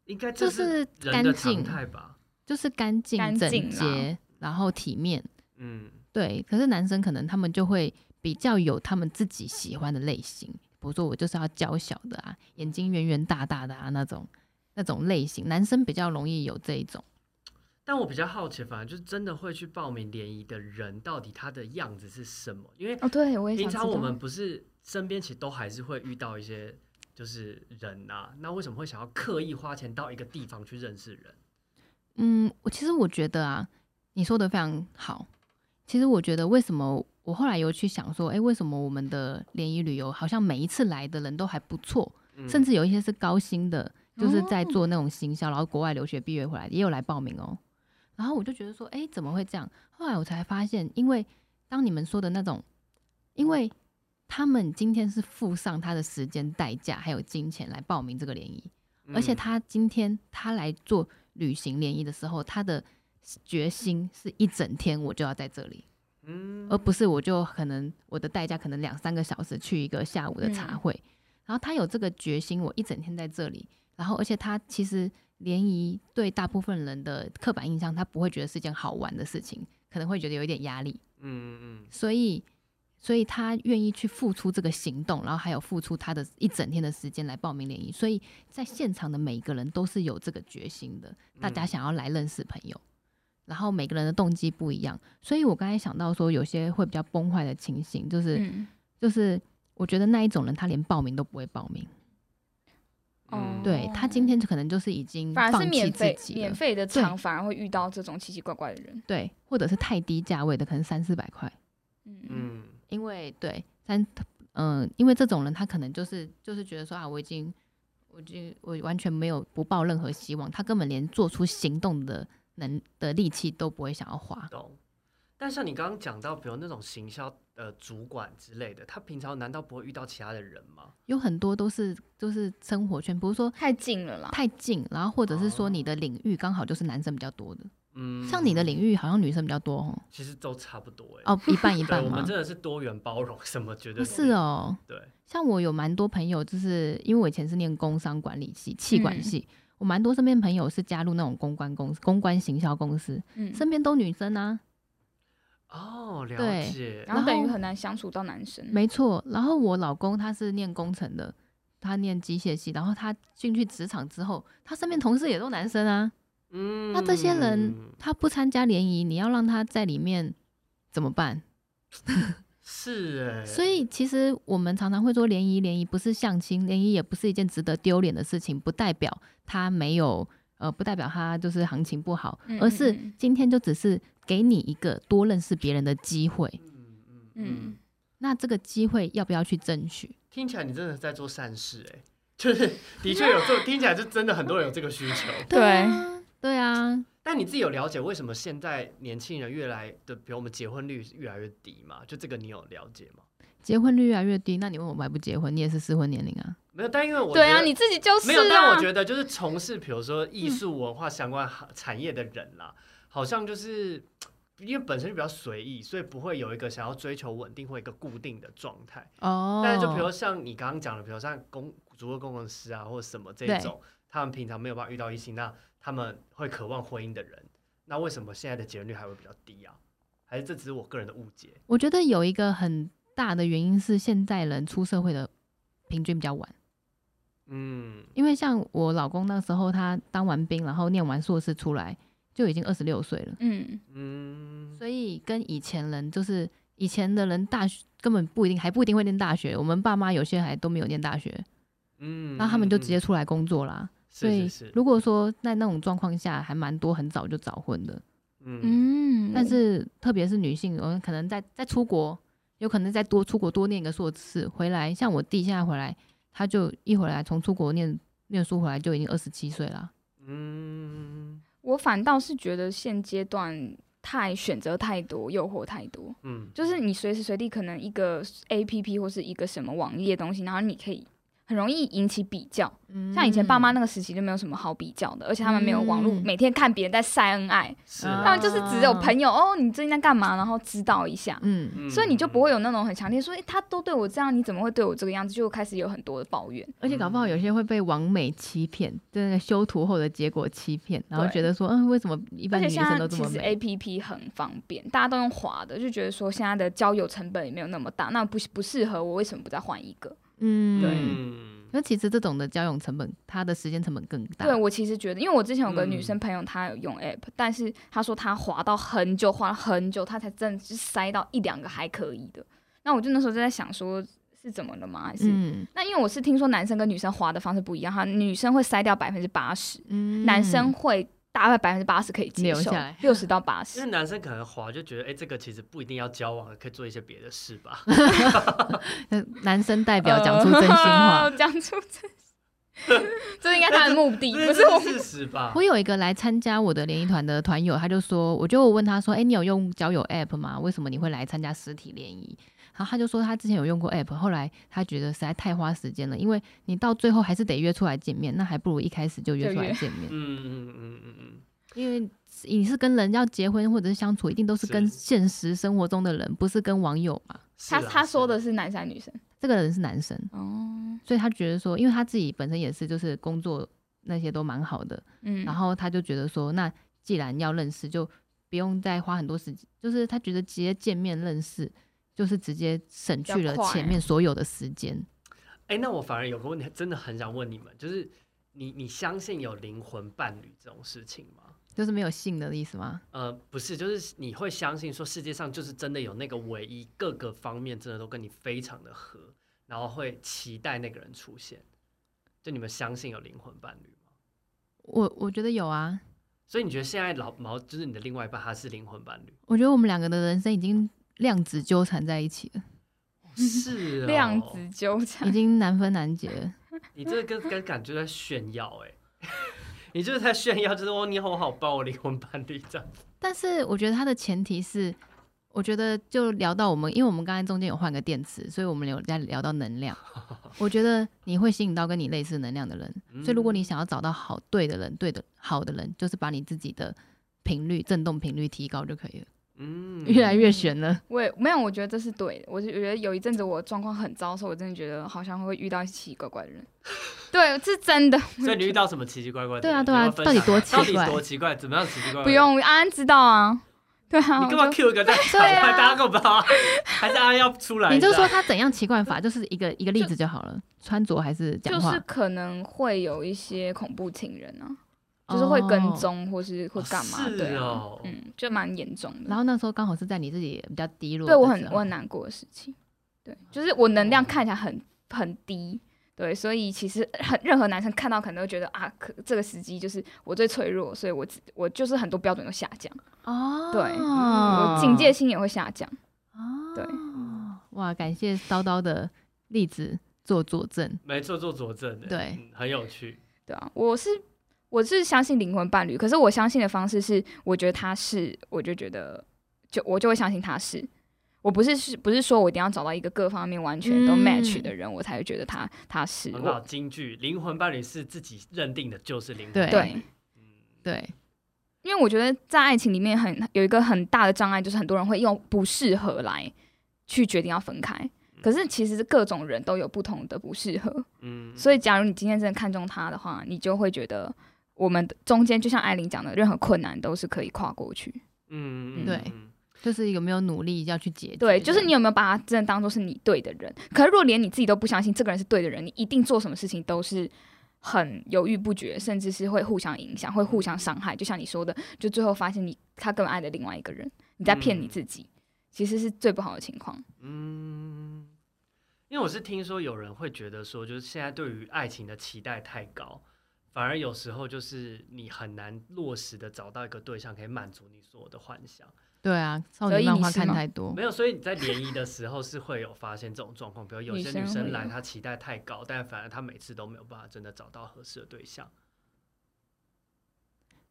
Speaker 2: 应该这
Speaker 1: 就是
Speaker 2: 人的
Speaker 1: 干
Speaker 2: 常
Speaker 1: 净，
Speaker 2: 态吧？
Speaker 1: 就是干净
Speaker 3: 干净
Speaker 1: 整洁，然后体面。
Speaker 2: 嗯，
Speaker 1: 对，可是男生可能他们就会比较有他们自己喜欢的类型，比如说我就是要娇小的啊，眼睛圆圆大大的啊那种那种类型，男生比较容易有这一种。
Speaker 2: 但我比较好奇，反而就是真的会去报名联谊的人，到底他的样子是什么？因为
Speaker 3: 哦，对，我也想
Speaker 2: 平
Speaker 3: 知道。
Speaker 2: 常我们不是身边其实都还是会遇到一些就是人啊，那为什么会想要刻意花钱到一个地方去认识人？
Speaker 1: 嗯，我其实我觉得啊，你说的非常好。其实我觉得为什么我后来有去想说，哎，为什么我们的联谊旅游好像每一次来的人都还不错，
Speaker 2: 嗯
Speaker 1: 甚至有一些是高薪的，就是在
Speaker 3: 哦
Speaker 1: 做那种行销，然后国外留学毕业回来也有来报名哦。然后我就觉得说，哎，怎么会这样？后来我才发现，因为当你们说的那种，因为他们今天是付上他的时间代价还有金钱来报名这个联谊，而且
Speaker 2: 嗯
Speaker 1: 他今天他来做旅行联谊的时候，他的决心是一整天我就要在这里，
Speaker 2: 嗯
Speaker 1: 而不是我就可能我的代价可能两三个小时去一个下午的茶
Speaker 3: 嗯
Speaker 1: 会，然后他有这个决心，我一整天在这里，然后而且他其实联谊对大部分人的刻板印象，他不会觉得是件好玩的事情，可能会觉得有一点压力，
Speaker 2: 嗯嗯
Speaker 1: 所以。所以他愿意去付出这个行动，然后还有付出他的一整天的时间来报名联谊，所以在现场的每一个人都是有这个决心的，大家
Speaker 2: 嗯
Speaker 1: 想要来认识朋友，然后每个人的动机不一样，所以我刚才想到说，有些会比较崩坏的情形，就是、
Speaker 3: 嗯，
Speaker 1: 就是我觉得那一种人，他连报名都不会报名，
Speaker 2: 嗯
Speaker 3: 哦
Speaker 1: 对他今天就可能就是已经
Speaker 3: 反而是
Speaker 1: 放弃
Speaker 3: 免
Speaker 1: 自
Speaker 3: 费
Speaker 1: 己
Speaker 3: 免
Speaker 1: 了，
Speaker 3: 费的
Speaker 1: 对
Speaker 3: 场，反而会遇到这种奇奇怪怪的人。
Speaker 1: 对，或者是太低价位的，可能三四百块，
Speaker 3: 嗯嗯，
Speaker 2: 嗯
Speaker 1: 因为对三嗯、因为这种人他可能就是就是觉得说啊，我已经我已经我完全没有不抱任何希望，他根本连做出行动的能的力气都不会想要花，
Speaker 2: 懂。但像你刚刚讲到，比如那种行销呃主管之类的，他平常难道不会遇到其他的人吗？
Speaker 1: 有很多都是就是生活圈，比如说。
Speaker 3: 太近了啦。
Speaker 1: 太近，然后或者是说你的领域刚好就是男生比较多的，
Speaker 2: 嗯，
Speaker 1: 像你的领域好像女生比较多哦，
Speaker 2: 其实都差不多哎、
Speaker 1: 哦，一半一
Speaker 2: 对，
Speaker 1: 半
Speaker 2: 我们
Speaker 1: 吗？
Speaker 2: 真的是多元包容，什么绝对
Speaker 1: 不
Speaker 2: 都
Speaker 1: 是
Speaker 2: 有，
Speaker 1: 哦，
Speaker 2: 对，
Speaker 1: 像我有蛮多朋友，就是因为我以前是念工商管理系、气管
Speaker 3: 嗯
Speaker 1: 系，我蛮多身边朋友是加入那种公关公司、公关行销公司，
Speaker 3: 嗯，
Speaker 1: 身边都女生啊，
Speaker 2: 哦，了
Speaker 1: 对
Speaker 2: 解，
Speaker 3: 然后
Speaker 1: 然
Speaker 3: 等于
Speaker 1: 后
Speaker 3: 很难相处到男生。
Speaker 1: 没错。然后我老公他是念工程的，他念机械系，然后他进去职场之后，他身边同事也都男生啊，
Speaker 2: 嗯，
Speaker 1: 那这些人他不参加联谊，你要让他在里面怎么办？
Speaker 2: 是哎、
Speaker 1: 所以其实我们常常会说联谊，联谊不是相亲，联谊也不是一件值得丢脸的事情，不代表它没有呃，不代表它就是行情不好，
Speaker 3: 嗯
Speaker 1: 而是
Speaker 3: 嗯嗯
Speaker 1: 今天就只是给你一个多认识别人的机会，
Speaker 2: 嗯嗯嗯
Speaker 3: 嗯，，
Speaker 1: 那这个机会要不要去争取？
Speaker 2: 听起来你真的在做善事哎、就是 的确有做，听起来就真的很多人有这个需求。
Speaker 3: 对
Speaker 1: 啊对啊，
Speaker 2: 但你自己有了解为什么现在年轻人越来的，比如我们结婚率越来越低嘛？就这个你有了解吗？
Speaker 1: 结婚率越来越低，那你问我们还不结婚？你也是适婚年龄啊？
Speaker 2: 没有，但因为我
Speaker 3: 对
Speaker 2: 觉
Speaker 3: 啊，
Speaker 2: 得
Speaker 3: 你自己就是
Speaker 2: 没有，但我
Speaker 3: 啊嗯
Speaker 2: 觉得就是从事比如说艺术文化相关行产业的人啦，好像就是因为本身就比较随意，所以不会有一个想要追求稳定或一个固定的状态。
Speaker 1: 哦，
Speaker 2: 但是就比如像你刚刚讲的，比如像工足够工程师啊，或者什么这
Speaker 1: 对
Speaker 2: 种，他们平常没有办法遇到异性，那他们会渴望婚姻的人，那为什么现在的结婚率还会比较低啊？还是这只是我个人的误解？
Speaker 1: 我觉得有一个很大的原因是现在人出社会的平均比较晚，
Speaker 2: 嗯，
Speaker 1: 因为像我老公那时候他当完兵，然后念完硕士出来就已经二十六岁了，
Speaker 3: 嗯，
Speaker 2: 嗯，
Speaker 1: 所以跟以前人就是以前的人大学根本不一定还不一定会念大学，我们爸妈有些还都没有念大学，
Speaker 2: 嗯，
Speaker 1: 那他们就
Speaker 2: 嗯
Speaker 1: 直接，出来工作啦。所
Speaker 2: 是
Speaker 1: 以
Speaker 2: 是是，
Speaker 1: 如果说在那种状况下，还蛮多很早就早婚的，
Speaker 2: 嗯
Speaker 3: 嗯，
Speaker 1: 但是特别是女性，我们可能在在出国，有可能再多出国多念个硕士，回来像我弟现在回来，他就一回来从出国念念书回来就已经二十七岁了。
Speaker 2: 嗯
Speaker 3: 我反倒是觉得现阶段太选择太多，诱惑太多，
Speaker 2: 嗯，
Speaker 3: 就是你随时随地可能一个 A P P 或是一个什么网页东西，然后你可以很容易引起比较。像以前爸妈那个时期就没有什么好比较的，而且他们没有网络，
Speaker 1: 嗯
Speaker 3: 每天看别人在晒恩爱，
Speaker 2: 是
Speaker 1: 啊
Speaker 3: 他
Speaker 2: 啦，
Speaker 3: 们就是只有朋友哦，你最近在干嘛，然后知道一下。
Speaker 1: 嗯，
Speaker 2: 嗯
Speaker 3: 所以你就不会有那种很强烈说，诶、他都对我这样，你怎么会对我这个样子？就开始有很多的抱怨。
Speaker 1: 而且搞不好有些会被完美欺骗，就那个修图后的结果欺骗，然后
Speaker 3: 对
Speaker 1: 觉得说，嗯，为什么一
Speaker 3: 而
Speaker 1: 般
Speaker 3: 且
Speaker 1: 女
Speaker 3: 现
Speaker 1: 生
Speaker 3: 在
Speaker 1: 都这
Speaker 3: 其
Speaker 1: 么
Speaker 3: 实
Speaker 1: 美？
Speaker 3: A P P 很方便，大家都用滑的，就觉得说现在的交友成本也没有那么大，那不不适合我，为什么不再换一个？
Speaker 1: 嗯，
Speaker 2: 嗯
Speaker 1: 那其实这种的交友成本，它的时间成本更大。
Speaker 3: 对我其实觉得，因为我之前有个
Speaker 2: 嗯
Speaker 3: 女生朋友，她有用 App，、但是她说她滑到很久，滑了很久，她才真的是塞到一两个还可以的。那我就那时候就在想说，是怎么了吗？还是、
Speaker 1: 嗯
Speaker 3: 那因为我是听说男生跟女生滑的方式不一样，哈，女生会塞掉百分之八十，
Speaker 1: 嗯
Speaker 3: 男生会大概百分之八十可以接
Speaker 1: 留下
Speaker 3: 受
Speaker 1: 来，
Speaker 3: 六十到八
Speaker 2: 因
Speaker 3: 十
Speaker 2: 为。男生可能滑就觉得，哎、这个其实不一定要交往，可以做一些别的事吧。
Speaker 1: 那男生 代表讲出真心话。
Speaker 3: 呃，讲出真心， 这应该他的目 的，
Speaker 2: 这
Speaker 3: 不是我
Speaker 2: 这。事实吧
Speaker 1: 我？有一个来参加我的联谊团的团友，他就说，我就问他说，哎、你有用交友 app 吗？为什么你会来参加实体联谊？然后他就说他之前有用过 app，后来他觉得实在太花时间了，因为你到最后还是得约出来见面，那还不如一开始就约
Speaker 3: 就
Speaker 1: 出来
Speaker 3: 约
Speaker 1: 见面
Speaker 2: 嗯，嗯嗯嗯嗯，
Speaker 1: 因为你是跟人要结婚或者是相处，一定都是
Speaker 2: 是
Speaker 1: 跟现实生活中的人，不是跟网友嘛。
Speaker 2: 是
Speaker 3: 他
Speaker 2: 啦
Speaker 1: 啊
Speaker 3: 他
Speaker 2: 是
Speaker 3: 说
Speaker 2: 啦
Speaker 3: 的是男生还是女生？
Speaker 1: 这个人是男生，
Speaker 3: 哦，
Speaker 1: 所以他觉得说，因为他自己本身也是就是工作那些都蛮好的，
Speaker 3: 嗯，
Speaker 1: 然后他就觉得说，那既然要认识，就不用再花很多时间，就是他觉得直接见面认识，就是直接省去了
Speaker 3: 比较快欸
Speaker 1: 前面所有的时间。
Speaker 2: 哎、那我反而有个问题，真的很想问你们，就是你你相信有灵魂伴侣这种事情吗？
Speaker 1: 就是没有性的意思吗？
Speaker 2: 呃，不是，就是你会相信说世界上就是真的有那个唯一，各个方面真的都跟你非常的合，然后会期待那个人出现。就你们相信有灵魂伴侣吗？
Speaker 1: 我我觉得有啊，
Speaker 2: 所以你觉得现在老毛就是你的另外一半，他是灵魂伴 侣？
Speaker 1: 我觉得我们两个的人生已经量子纠缠在一起 了，
Speaker 2: 是、哦、
Speaker 3: 量子纠
Speaker 1: 已
Speaker 3: 缠，
Speaker 1: 经难分难解了。
Speaker 2: 你这个跟跟感觉在炫耀哎、 你就是在炫耀，就是哦，你好好棒，我灵魂伴侣这样。
Speaker 1: 但是我觉得它的前提是，我觉得就聊到我们，因为我们刚才中间有换个电池，所以我们有在聊到能 量。我觉得你会吸引到跟你类似能量的人，所以如果你想要找到好对的人，对的好的人，就是把你自己的频率、振动频率提高就可以了。
Speaker 2: 嗯
Speaker 1: 越来越悬了，
Speaker 3: 我也没有，我觉得这是对的。我是觉得有一阵子我状况很糟的时候，我真的觉得好像会遇到一些奇奇怪怪的人。 对，是真的。
Speaker 2: 所以你遇到什么奇奇怪怪的
Speaker 1: 对
Speaker 2: 人？
Speaker 1: 啊对啊
Speaker 2: 你要分
Speaker 1: 到底
Speaker 2: 享
Speaker 1: 多
Speaker 2: 一下到
Speaker 1: 奇
Speaker 2: 底
Speaker 1: 怪
Speaker 2: 多奇怪？怎么样奇奇怪怪？
Speaker 3: 不，用安安知道啊，对啊，
Speaker 2: 呃你干嘛
Speaker 3: 我就
Speaker 2: Q 一个在场
Speaker 3: 对
Speaker 2: 外？
Speaker 3: 啊
Speaker 2: 大家干嘛？还是啊要出来一下？
Speaker 1: 你就说他怎样奇怪法，就是一个一个例子就好了。穿着还是讲
Speaker 3: 就
Speaker 1: 话，
Speaker 3: 是可能会有一些恐怖情人啊，就是会跟
Speaker 1: 哦。
Speaker 3: 踪或是会干嘛，
Speaker 2: 哦是
Speaker 3: 对啊
Speaker 2: 哦，
Speaker 3: 嗯，就蛮严重的。
Speaker 1: 然后那时候刚好是在你自己比较低落的
Speaker 3: 对
Speaker 1: 时候，
Speaker 3: 我很我很难过的事情，对，就是我能量看起来很很低，对，所以其实很任何男生看到可能都觉得啊，可这个时机就是我最脆弱，所以我只我就是很多标准都下降，
Speaker 1: 哦，
Speaker 3: 对
Speaker 1: 嗯
Speaker 3: 我警戒心也会下降，
Speaker 1: 哦，
Speaker 3: 对，嗯
Speaker 1: 哇，感谢叨叨的例子做佐证。
Speaker 2: 没错，做佐证的，
Speaker 1: 对
Speaker 2: 嗯，很有趣。
Speaker 3: 对啊，我是我是相信灵魂伴侣，可是我相信的方式是，我觉得他是，我就觉得就我就会相信他是。我不是是不是说我一定要找到一个各方面完全都
Speaker 1: 嗯
Speaker 3: match 的人，我才会觉得他他是
Speaker 2: 很好，
Speaker 3: 我
Speaker 2: 京剧灵魂伴侣是自己认定的，就是灵魂。
Speaker 1: 对
Speaker 3: 对，
Speaker 2: 嗯，
Speaker 1: 对，
Speaker 3: 因为我觉得在爱情里面很有一个很大的障碍，就是很多人会用不适合来去决定要分开。可是其实各种人都有不同的不适合，
Speaker 2: 嗯，
Speaker 3: 所以假如你今天真的看中他的话，你就会觉得我们中间就像艾琳讲的，任何困难都是可以跨过去。
Speaker 2: 嗯，嗯
Speaker 1: 对，
Speaker 2: 嗯
Speaker 1: 就是有没有努力要去解决？
Speaker 3: 对，就是你有没有把他真的当做是你对的人？可是如果连你自己都不相信这个人是对的人，你一定做什么事情都是很犹豫不决，甚至是会互相影响，会互相伤害。就像你说的，就最后发现你他更爱的另外一个人，你在骗你自己，其实是最不好的情况。
Speaker 2: 嗯，因为我是听说有人会觉得说，就是现在对于爱情的期待太高，反而有时候就是你很难落实的找到一个对象可以满足你所有的幻想。
Speaker 1: 对啊，少
Speaker 3: 所以
Speaker 1: 女漫
Speaker 3: 你
Speaker 1: 画
Speaker 3: 是
Speaker 1: 看
Speaker 3: 吗
Speaker 1: 太多
Speaker 2: 没，有，所以你在联谊的时候是会有发现这种状况，比如有
Speaker 3: 女
Speaker 2: 些
Speaker 3: 生
Speaker 2: 女
Speaker 3: 会
Speaker 2: 生来，
Speaker 3: 有
Speaker 2: 她期待太高，但反而她每次都没有办法真的找到合适的对象。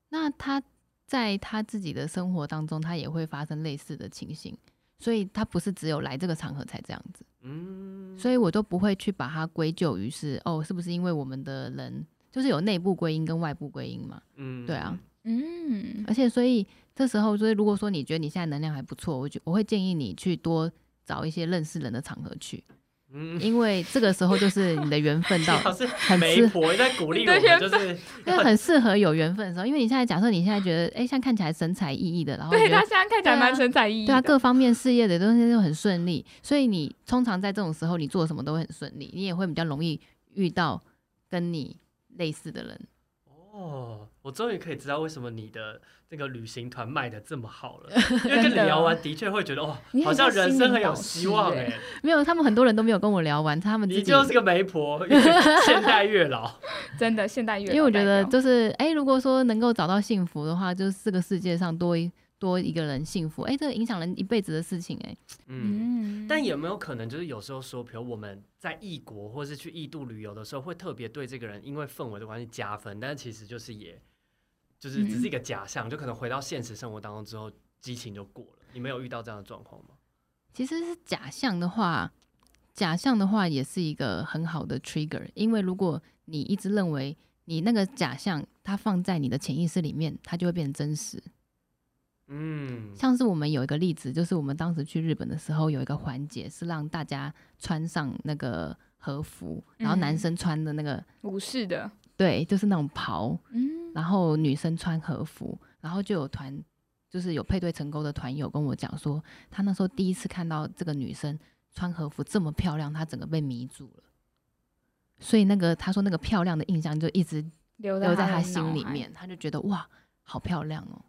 Speaker 1: 那他在他自己的生活当中，他也会发生类似的情形，所以他不是只有来这个场合才这样子，
Speaker 2: 嗯，
Speaker 1: 所以我都不会去把它归咎于是哦，是不是因为我们的人就是有内部归因跟外部归因嘛？
Speaker 2: 嗯
Speaker 1: 对啊，
Speaker 3: 嗯，
Speaker 1: 而且，所以这时候就是，如果说你觉得你现在能量还不错，我觉我会建议你去多找一些认识人的场合去，
Speaker 2: 嗯，
Speaker 1: 因为这个时候就是你的缘分 到，
Speaker 2: 老师
Speaker 1: 很
Speaker 2: 媒
Speaker 1: 适
Speaker 2: 婆在鼓励我
Speaker 3: 对
Speaker 2: 们，就是
Speaker 1: 因为很适合有缘分的时候。因为你现在假设你现在觉得，哎、现在看起来神采奕奕的，然后
Speaker 3: 对
Speaker 1: 觉得
Speaker 3: 他现在看起来蛮神采奕奕的，
Speaker 1: 对啊各方面事业的东西都很顺利，所以你通常在这种时候，你做什么都会很顺利，你也会比较容易遇到跟你类似的人。
Speaker 2: 哦，我终于可以知道为什么你的那个旅行团卖的这么好了，因为跟你聊完的确会觉得哦
Speaker 3: 你，
Speaker 2: 好
Speaker 3: 很
Speaker 2: 像
Speaker 3: 像
Speaker 2: 人
Speaker 3: 心
Speaker 2: 生
Speaker 3: 灵
Speaker 2: 很有
Speaker 3: 导
Speaker 2: 希
Speaker 3: 师
Speaker 2: 望
Speaker 3: 欸
Speaker 2: 哎，
Speaker 1: 没有，他们很多人都没有跟我聊完，他们
Speaker 2: 你
Speaker 1: 自己
Speaker 2: 就是个媒婆，越 现代月老。
Speaker 3: 真的现代乐，
Speaker 1: 因为我觉得就是，哎、如果说能够找到幸福的话，就是这个世界上多一多一个人幸福，哎、这个影响人一辈子的事情、哎，
Speaker 2: 嗯，
Speaker 3: 嗯，
Speaker 2: 但有没有可能就是有时候说，比如我们在异国或是去异度旅游的时候，会特别对这个人因为氛围的关系加分，但其实就是也就是只是一
Speaker 1: 嗯
Speaker 2: 个假象，就可能回到现实生活当中之后，激情就过了。你没有遇到这样的状况吗？
Speaker 1: 其实是假象的话，假象的话也是一个很好的 trigger，因为如果你一直认为你那个假象它放在你的潜意识里面，它就会变成真实。
Speaker 2: 嗯，
Speaker 1: 像是我们有一个例子，就是我们当时去日本的时候，有一个环节是让大家穿上那个和服，然后男
Speaker 3: 嗯
Speaker 1: 生穿的那个、
Speaker 3: 武士的，
Speaker 1: 对，就是那种袍，
Speaker 3: 嗯，
Speaker 1: 然后女生穿和服，然后就有团，就是有配对成功的团友跟我讲说，他那时候第一次看到这个女生穿和服这么漂亮，他整个被迷住了。所以那个他说那个漂亮的印象就一直
Speaker 3: 留
Speaker 1: 留在
Speaker 3: 他
Speaker 1: 他
Speaker 3: 的
Speaker 1: 心
Speaker 3: 脑
Speaker 1: 里
Speaker 3: 海
Speaker 1: 面，他就觉得哇，好漂亮哦。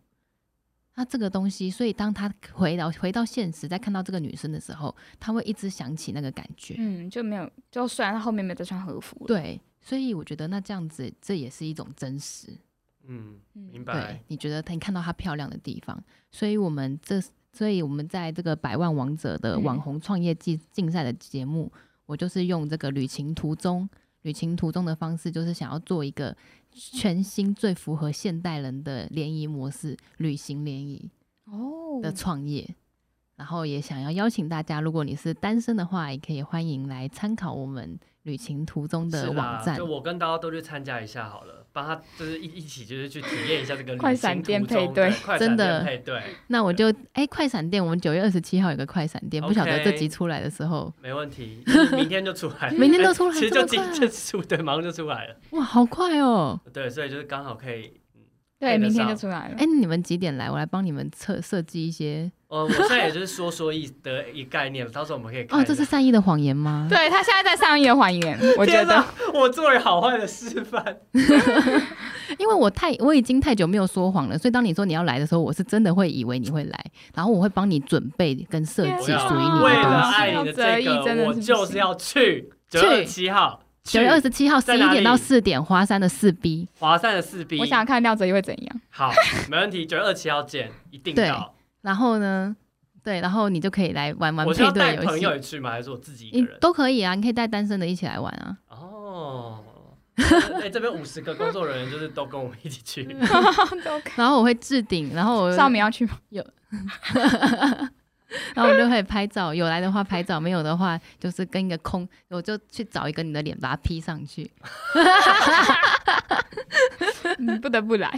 Speaker 1: 那这个东西，所以当他回到回到现实，在看到这个女生的时候，他会一直想起那个感觉。
Speaker 3: 嗯，就没有，就虽然他后面没有再穿和服了，
Speaker 1: 对，所以我觉得那这样子，这也是一种真实。
Speaker 2: 嗯，明
Speaker 3: 嗯，
Speaker 1: 对
Speaker 2: 白。，
Speaker 1: 你觉得她你看到她漂亮的地方，所以我们这，所以我们在这个百万王者的
Speaker 3: 嗯
Speaker 1: 网红创业竞竞赛的节目，我就是用这个旅行途中，旅行途中的方式，就是想要做一个全新、最符合现代人的联谊模式，旅行联谊
Speaker 3: 哦，
Speaker 2: 嗯
Speaker 1: 的创业。然后也想要邀请大家，如果你是单身的话，也可以欢迎来参考我们旅行途中
Speaker 2: 是
Speaker 1: 的
Speaker 2: 啦
Speaker 1: 网站
Speaker 2: 就。我跟大家都去参加一下好了，帮他就是一一起就是去体验一下这个旅
Speaker 3: 快
Speaker 2: 行
Speaker 3: 闪
Speaker 2: 途
Speaker 3: 店配
Speaker 2: 中
Speaker 3: 对
Speaker 2: 对快闪
Speaker 1: 真的
Speaker 2: 店配对，
Speaker 1: 那我就哎、快闪店，我们九月二十七号有个快闪店，不晓得
Speaker 2: OK
Speaker 1: 这集出来的时候，
Speaker 2: 没 问题，就是明天就出来了，
Speaker 1: 明天都出来
Speaker 2: 其实
Speaker 1: 这
Speaker 2: 就
Speaker 1: 么
Speaker 2: 今
Speaker 1: 快
Speaker 2: 天出对，马上就出来了，
Speaker 1: 哇，好快哦！
Speaker 2: 对，所以就是刚好可以，
Speaker 3: 对，
Speaker 2: 配得
Speaker 3: 明天就
Speaker 2: 上
Speaker 3: 出来了
Speaker 1: 哎、。你们几点来？我来帮你们测设计一些。
Speaker 2: 呃，我现在也就是说说一的一概念，到时候我们可以看
Speaker 1: 哦，
Speaker 2: 一下。
Speaker 1: 这是善意的谎言吗？
Speaker 3: 对他现在在上一的还原，我觉
Speaker 2: 天
Speaker 3: 得
Speaker 2: 哪，我作为好坏的示范，
Speaker 1: 因为我太我已经太久没有说谎了，所以当你说你要来的时候，我是真的会以为你会来，然后我会帮你准备跟设
Speaker 3: 天
Speaker 1: 计
Speaker 3: 啊
Speaker 1: 属于你
Speaker 2: 为
Speaker 1: 的
Speaker 2: 了
Speaker 1: 东西。
Speaker 2: 爱你的
Speaker 3: 要择
Speaker 2: 这
Speaker 3: 一
Speaker 2: 个，
Speaker 3: 真的是
Speaker 2: 我
Speaker 3: 不
Speaker 2: 就是
Speaker 3: 行
Speaker 2: 要去
Speaker 1: 去
Speaker 2: 九月七号，
Speaker 1: 九月二
Speaker 2: 去
Speaker 1: 十七号
Speaker 2: 在
Speaker 1: 十
Speaker 2: 哪
Speaker 1: 一
Speaker 2: 里
Speaker 1: 点到四点，华山的四 B。
Speaker 2: 华山的四 B，
Speaker 3: 我想看廖哲一会怎 样。
Speaker 2: 好，没问题，九月二七号见，一定
Speaker 1: 对
Speaker 2: 到。
Speaker 1: 然后呢，对，然后你就可以来玩玩
Speaker 2: 我是要
Speaker 1: 配
Speaker 2: 带
Speaker 1: 对
Speaker 2: 朋
Speaker 1: 游戏
Speaker 2: 友，也去吗？还是我自己一
Speaker 1: 你
Speaker 2: 个人？
Speaker 1: 都可以啊，你可以带单身的一起来玩啊。
Speaker 2: 哦，哎、这边五十个工作人员就是都跟我们一起去，
Speaker 1: 呃然后我会置顶，然后我
Speaker 3: 少明要去吗？
Speaker 1: 然后我就可以拍照，有来的话拍照，没有的话就是跟一个空，我就去找一个你的脸把它 P 上去。
Speaker 3: 你嗯不得不来。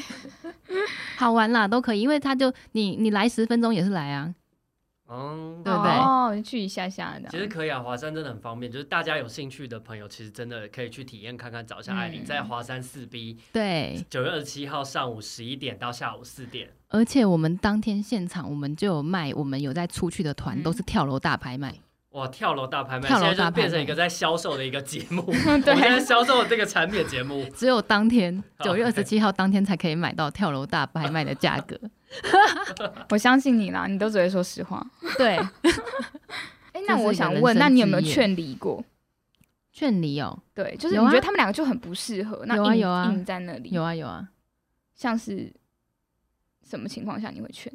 Speaker 1: 好玩啦，都可以，因为他就你你来十分钟也是来啊，
Speaker 2: 嗯，
Speaker 1: 对不对
Speaker 3: 哦，去一下下的。
Speaker 2: 其 实可以啊，华山真的很方便，就是大家有兴趣的朋友，其实真的可以去体验看看，找一下艾琳、
Speaker 3: 嗯
Speaker 2: 在华山四 B，
Speaker 1: 对，
Speaker 2: 九月二十七号上午十一点到下午四点，
Speaker 1: 而且我们当天现场我们就有卖，我们有在出去的团、
Speaker 3: 嗯
Speaker 1: 都是跳楼大拍卖，
Speaker 2: 哇，跳楼大拍卖，
Speaker 1: 跳
Speaker 2: 现
Speaker 1: 楼
Speaker 2: 在就是
Speaker 1: 大拍卖
Speaker 2: 变成一个在销售的一个节 目，我
Speaker 3: 对
Speaker 2: 们现在销售这个产品节目，
Speaker 1: 只有当天
Speaker 2: 好
Speaker 1: 九月二十七号当天才可以买到跳楼大拍卖的价格。
Speaker 3: 我相信你啦，你都只会说实话。
Speaker 1: 对，
Speaker 3: 哎、
Speaker 1: 这
Speaker 3: 那
Speaker 1: 是
Speaker 3: 我
Speaker 1: 一个
Speaker 3: 想
Speaker 1: 人
Speaker 3: 问，
Speaker 1: 生
Speaker 3: 那你有
Speaker 1: 之
Speaker 3: 没有
Speaker 1: 夜
Speaker 3: 劝离过？
Speaker 1: 劝你哦，
Speaker 3: 对，就是
Speaker 1: 有
Speaker 3: 你
Speaker 1: 啊
Speaker 3: 觉得他们两个就很不适合，那
Speaker 1: 有啊
Speaker 3: 硬
Speaker 1: 有啊
Speaker 3: 硬在那里，
Speaker 1: 有啊有啊，
Speaker 3: 像是什么情况下你会劝？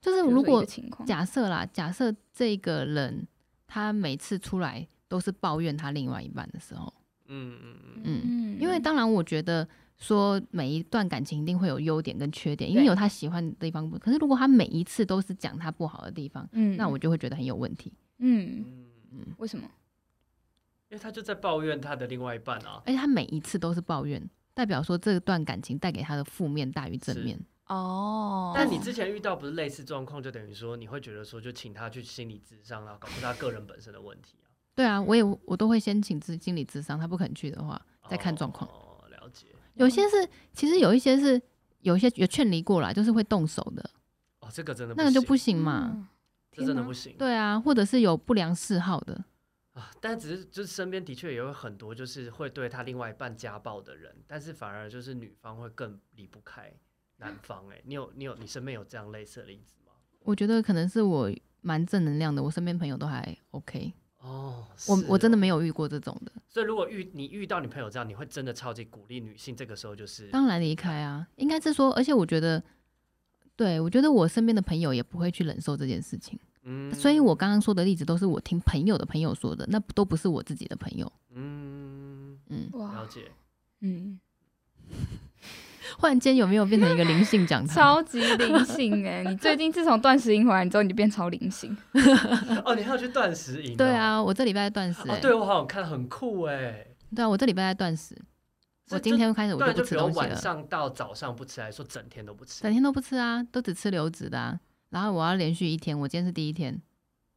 Speaker 1: 就是
Speaker 3: 比
Speaker 1: 如
Speaker 3: 说一
Speaker 1: 果
Speaker 3: 个情况，
Speaker 1: 假设啦，假设这个人他每次出来都是抱怨他另外一半的时候，
Speaker 2: 嗯嗯嗯，
Speaker 1: 嗯，因为当然我觉得说每一段感情一定会有优点跟缺点，因为
Speaker 3: 对
Speaker 1: 有他喜欢的地方不，可是如果他每一次都是讲他不好的地方，
Speaker 3: 嗯，
Speaker 1: 那我就会觉得很有问题。
Speaker 3: 嗯，
Speaker 2: 嗯
Speaker 1: 嗯，
Speaker 3: 为什么？
Speaker 2: 因为他就在抱怨他的另外一半啊，
Speaker 1: 而且他每一次都是抱怨，代表说这段感情带给他的负面大于正
Speaker 2: 是
Speaker 1: 面。
Speaker 3: 哦
Speaker 2: 但你之前遇到不是类似状况，就等于说你会觉得说，就请他去心理咨商啊，搞不是他个人本身的问题啊，
Speaker 1: 对啊，我也我都会先请咨经理咨商，他不肯去的话，再看状况。
Speaker 2: 哦，了解。
Speaker 1: 有些是其实有一些是有一些也劝离过来，就是会动手的，
Speaker 2: 哦，这个真的
Speaker 1: 那个就不
Speaker 2: 不行，
Speaker 1: 行嘛。
Speaker 3: 嗯
Speaker 2: 这真的
Speaker 3: 天
Speaker 2: 不
Speaker 3: 哪
Speaker 2: 行。
Speaker 1: 对啊，或者是有不良嗜好的，
Speaker 2: 啊，但只是就是身边的确也有很多就是会对他另外一半家暴的人，但是反而就是女方会更离不开男方、欸。哎，你有你有你身边有这样类似的例子吗？
Speaker 1: 我觉得可能是我蛮正能量的，我身边朋友都还 OK，
Speaker 2: 哦，
Speaker 1: 我、
Speaker 2: 是
Speaker 1: 我真的
Speaker 2: 哦
Speaker 1: 没有遇过这种的。
Speaker 2: 所以如果遇你遇到你朋友这样，你会真的超级鼓励女性，这个时候就是
Speaker 1: 当然离开啊，应该是说，而且我觉得，对我觉得我身边的朋友也不会去忍受这件事情，
Speaker 2: 嗯
Speaker 1: 所以我刚刚说的例子都是我听朋友的朋友说的，那都不是我自己的朋友。
Speaker 2: 嗯
Speaker 1: 嗯，
Speaker 2: 了
Speaker 3: 哇，
Speaker 2: 解，
Speaker 3: 嗯，
Speaker 1: 忽然间有没有变成一个灵性
Speaker 2: 嗯
Speaker 1: 讲堂？
Speaker 3: 超级灵性哎！ 你最近自从断食营回来之后，你就变超灵性。
Speaker 2: 哦，你还要去断食营、
Speaker 1: 对，啊，我这礼拜在断食、欸
Speaker 2: 哦，对我好像看很酷哎、欸，
Speaker 1: 对啊，我这礼拜在断食，我
Speaker 2: 是
Speaker 1: 今
Speaker 2: 就
Speaker 1: 天开始我
Speaker 2: 断
Speaker 1: 就
Speaker 2: 就
Speaker 1: 不
Speaker 2: 比
Speaker 1: 吃
Speaker 2: 如
Speaker 1: 东西
Speaker 2: 晚
Speaker 1: 了。
Speaker 2: 上到早上不吃，还是说整天都不吃
Speaker 1: 整？天都不吃啊，都只吃流质的啊。然后我要连续一天，我今天是第一天，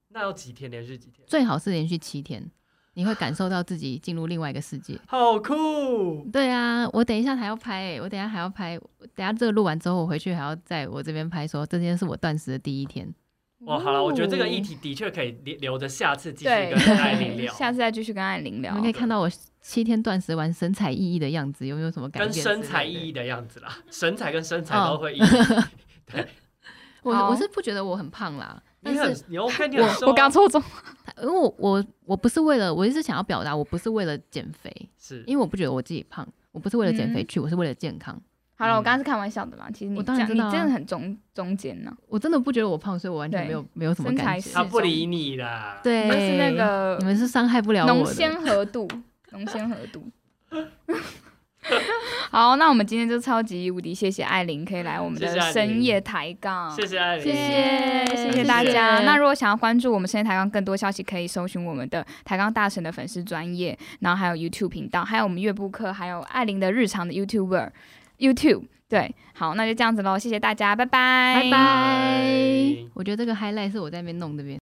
Speaker 2: 那要几天连续几天？
Speaker 1: 最好是连续七天，你会感受到自己进入另外一个世界。
Speaker 2: 好 酷！
Speaker 1: 对啊，我等一下还要拍、欸，我等一下还要拍，等一下这个录完之后，我回去还要在我这边拍说这天是我断食的第一天。
Speaker 2: 哇，好了，我觉得这个
Speaker 3: 哦
Speaker 2: 议题的确可以留留着下次继续
Speaker 3: 对
Speaker 2: 跟艾琳聊，
Speaker 3: 下次再继续跟艾琳
Speaker 1: 你
Speaker 3: 聊
Speaker 1: 们可。以看到我七天断食完神采奕奕的样子，有没有什么改变
Speaker 2: 跟
Speaker 1: 之类的？
Speaker 2: 身材意义的样子啦，身材跟身材
Speaker 1: 哦
Speaker 2: 都会意义。对，
Speaker 1: 我
Speaker 3: 好
Speaker 1: 我是不觉得我很胖啦，但
Speaker 2: 你很
Speaker 1: 是
Speaker 2: 你 OK，你很瘦啊
Speaker 3: 我我刚抽中，
Speaker 1: 因为我我我不是为了，我一直想要表达，我不是为了减肥，
Speaker 2: 是
Speaker 1: 因为我不觉得我自己胖，我不是为了减肥
Speaker 3: 嗯
Speaker 1: 去，我是为了健康。
Speaker 3: 好
Speaker 2: 嗯
Speaker 3: 了，我刚刚是开玩笑的啦。其实你
Speaker 1: 我
Speaker 3: 这
Speaker 1: 当然
Speaker 3: 样，你
Speaker 1: 知道啊
Speaker 3: 真的很中中间呢。
Speaker 1: 我真的不觉得我胖，所以我完全
Speaker 3: 对
Speaker 1: 没有没有什么
Speaker 3: 身
Speaker 1: 感
Speaker 3: 材
Speaker 1: 觉
Speaker 3: 是。
Speaker 2: 他不理你啦。
Speaker 1: 对，
Speaker 3: 就是那个
Speaker 1: 哎你们是伤害不了
Speaker 3: 浓
Speaker 1: 我
Speaker 3: 鲜
Speaker 1: 的。
Speaker 3: 合度， 浓鲜合度。 好，那我们今天就超级无敌，谢谢艾琳可以来我们
Speaker 2: 谢谢艾
Speaker 3: 的
Speaker 2: 琳
Speaker 3: 深夜抬杠，
Speaker 2: 谢谢艾琳，
Speaker 3: 谢谢
Speaker 1: 谢谢
Speaker 3: 谢谢大家。
Speaker 1: 谢谢
Speaker 3: 那如果想要关注我们深夜抬杠更多消息，可以搜寻我们的抬杠大神的粉丝专业，然后还有 YouTube 频道，还有我们乐部课，还有艾琳的日常的 YouTuber YouTube。对，好，那就这样子喽，谢谢大家，拜拜，
Speaker 1: 拜拜。我觉得这个 highlight 是我在那边弄这边。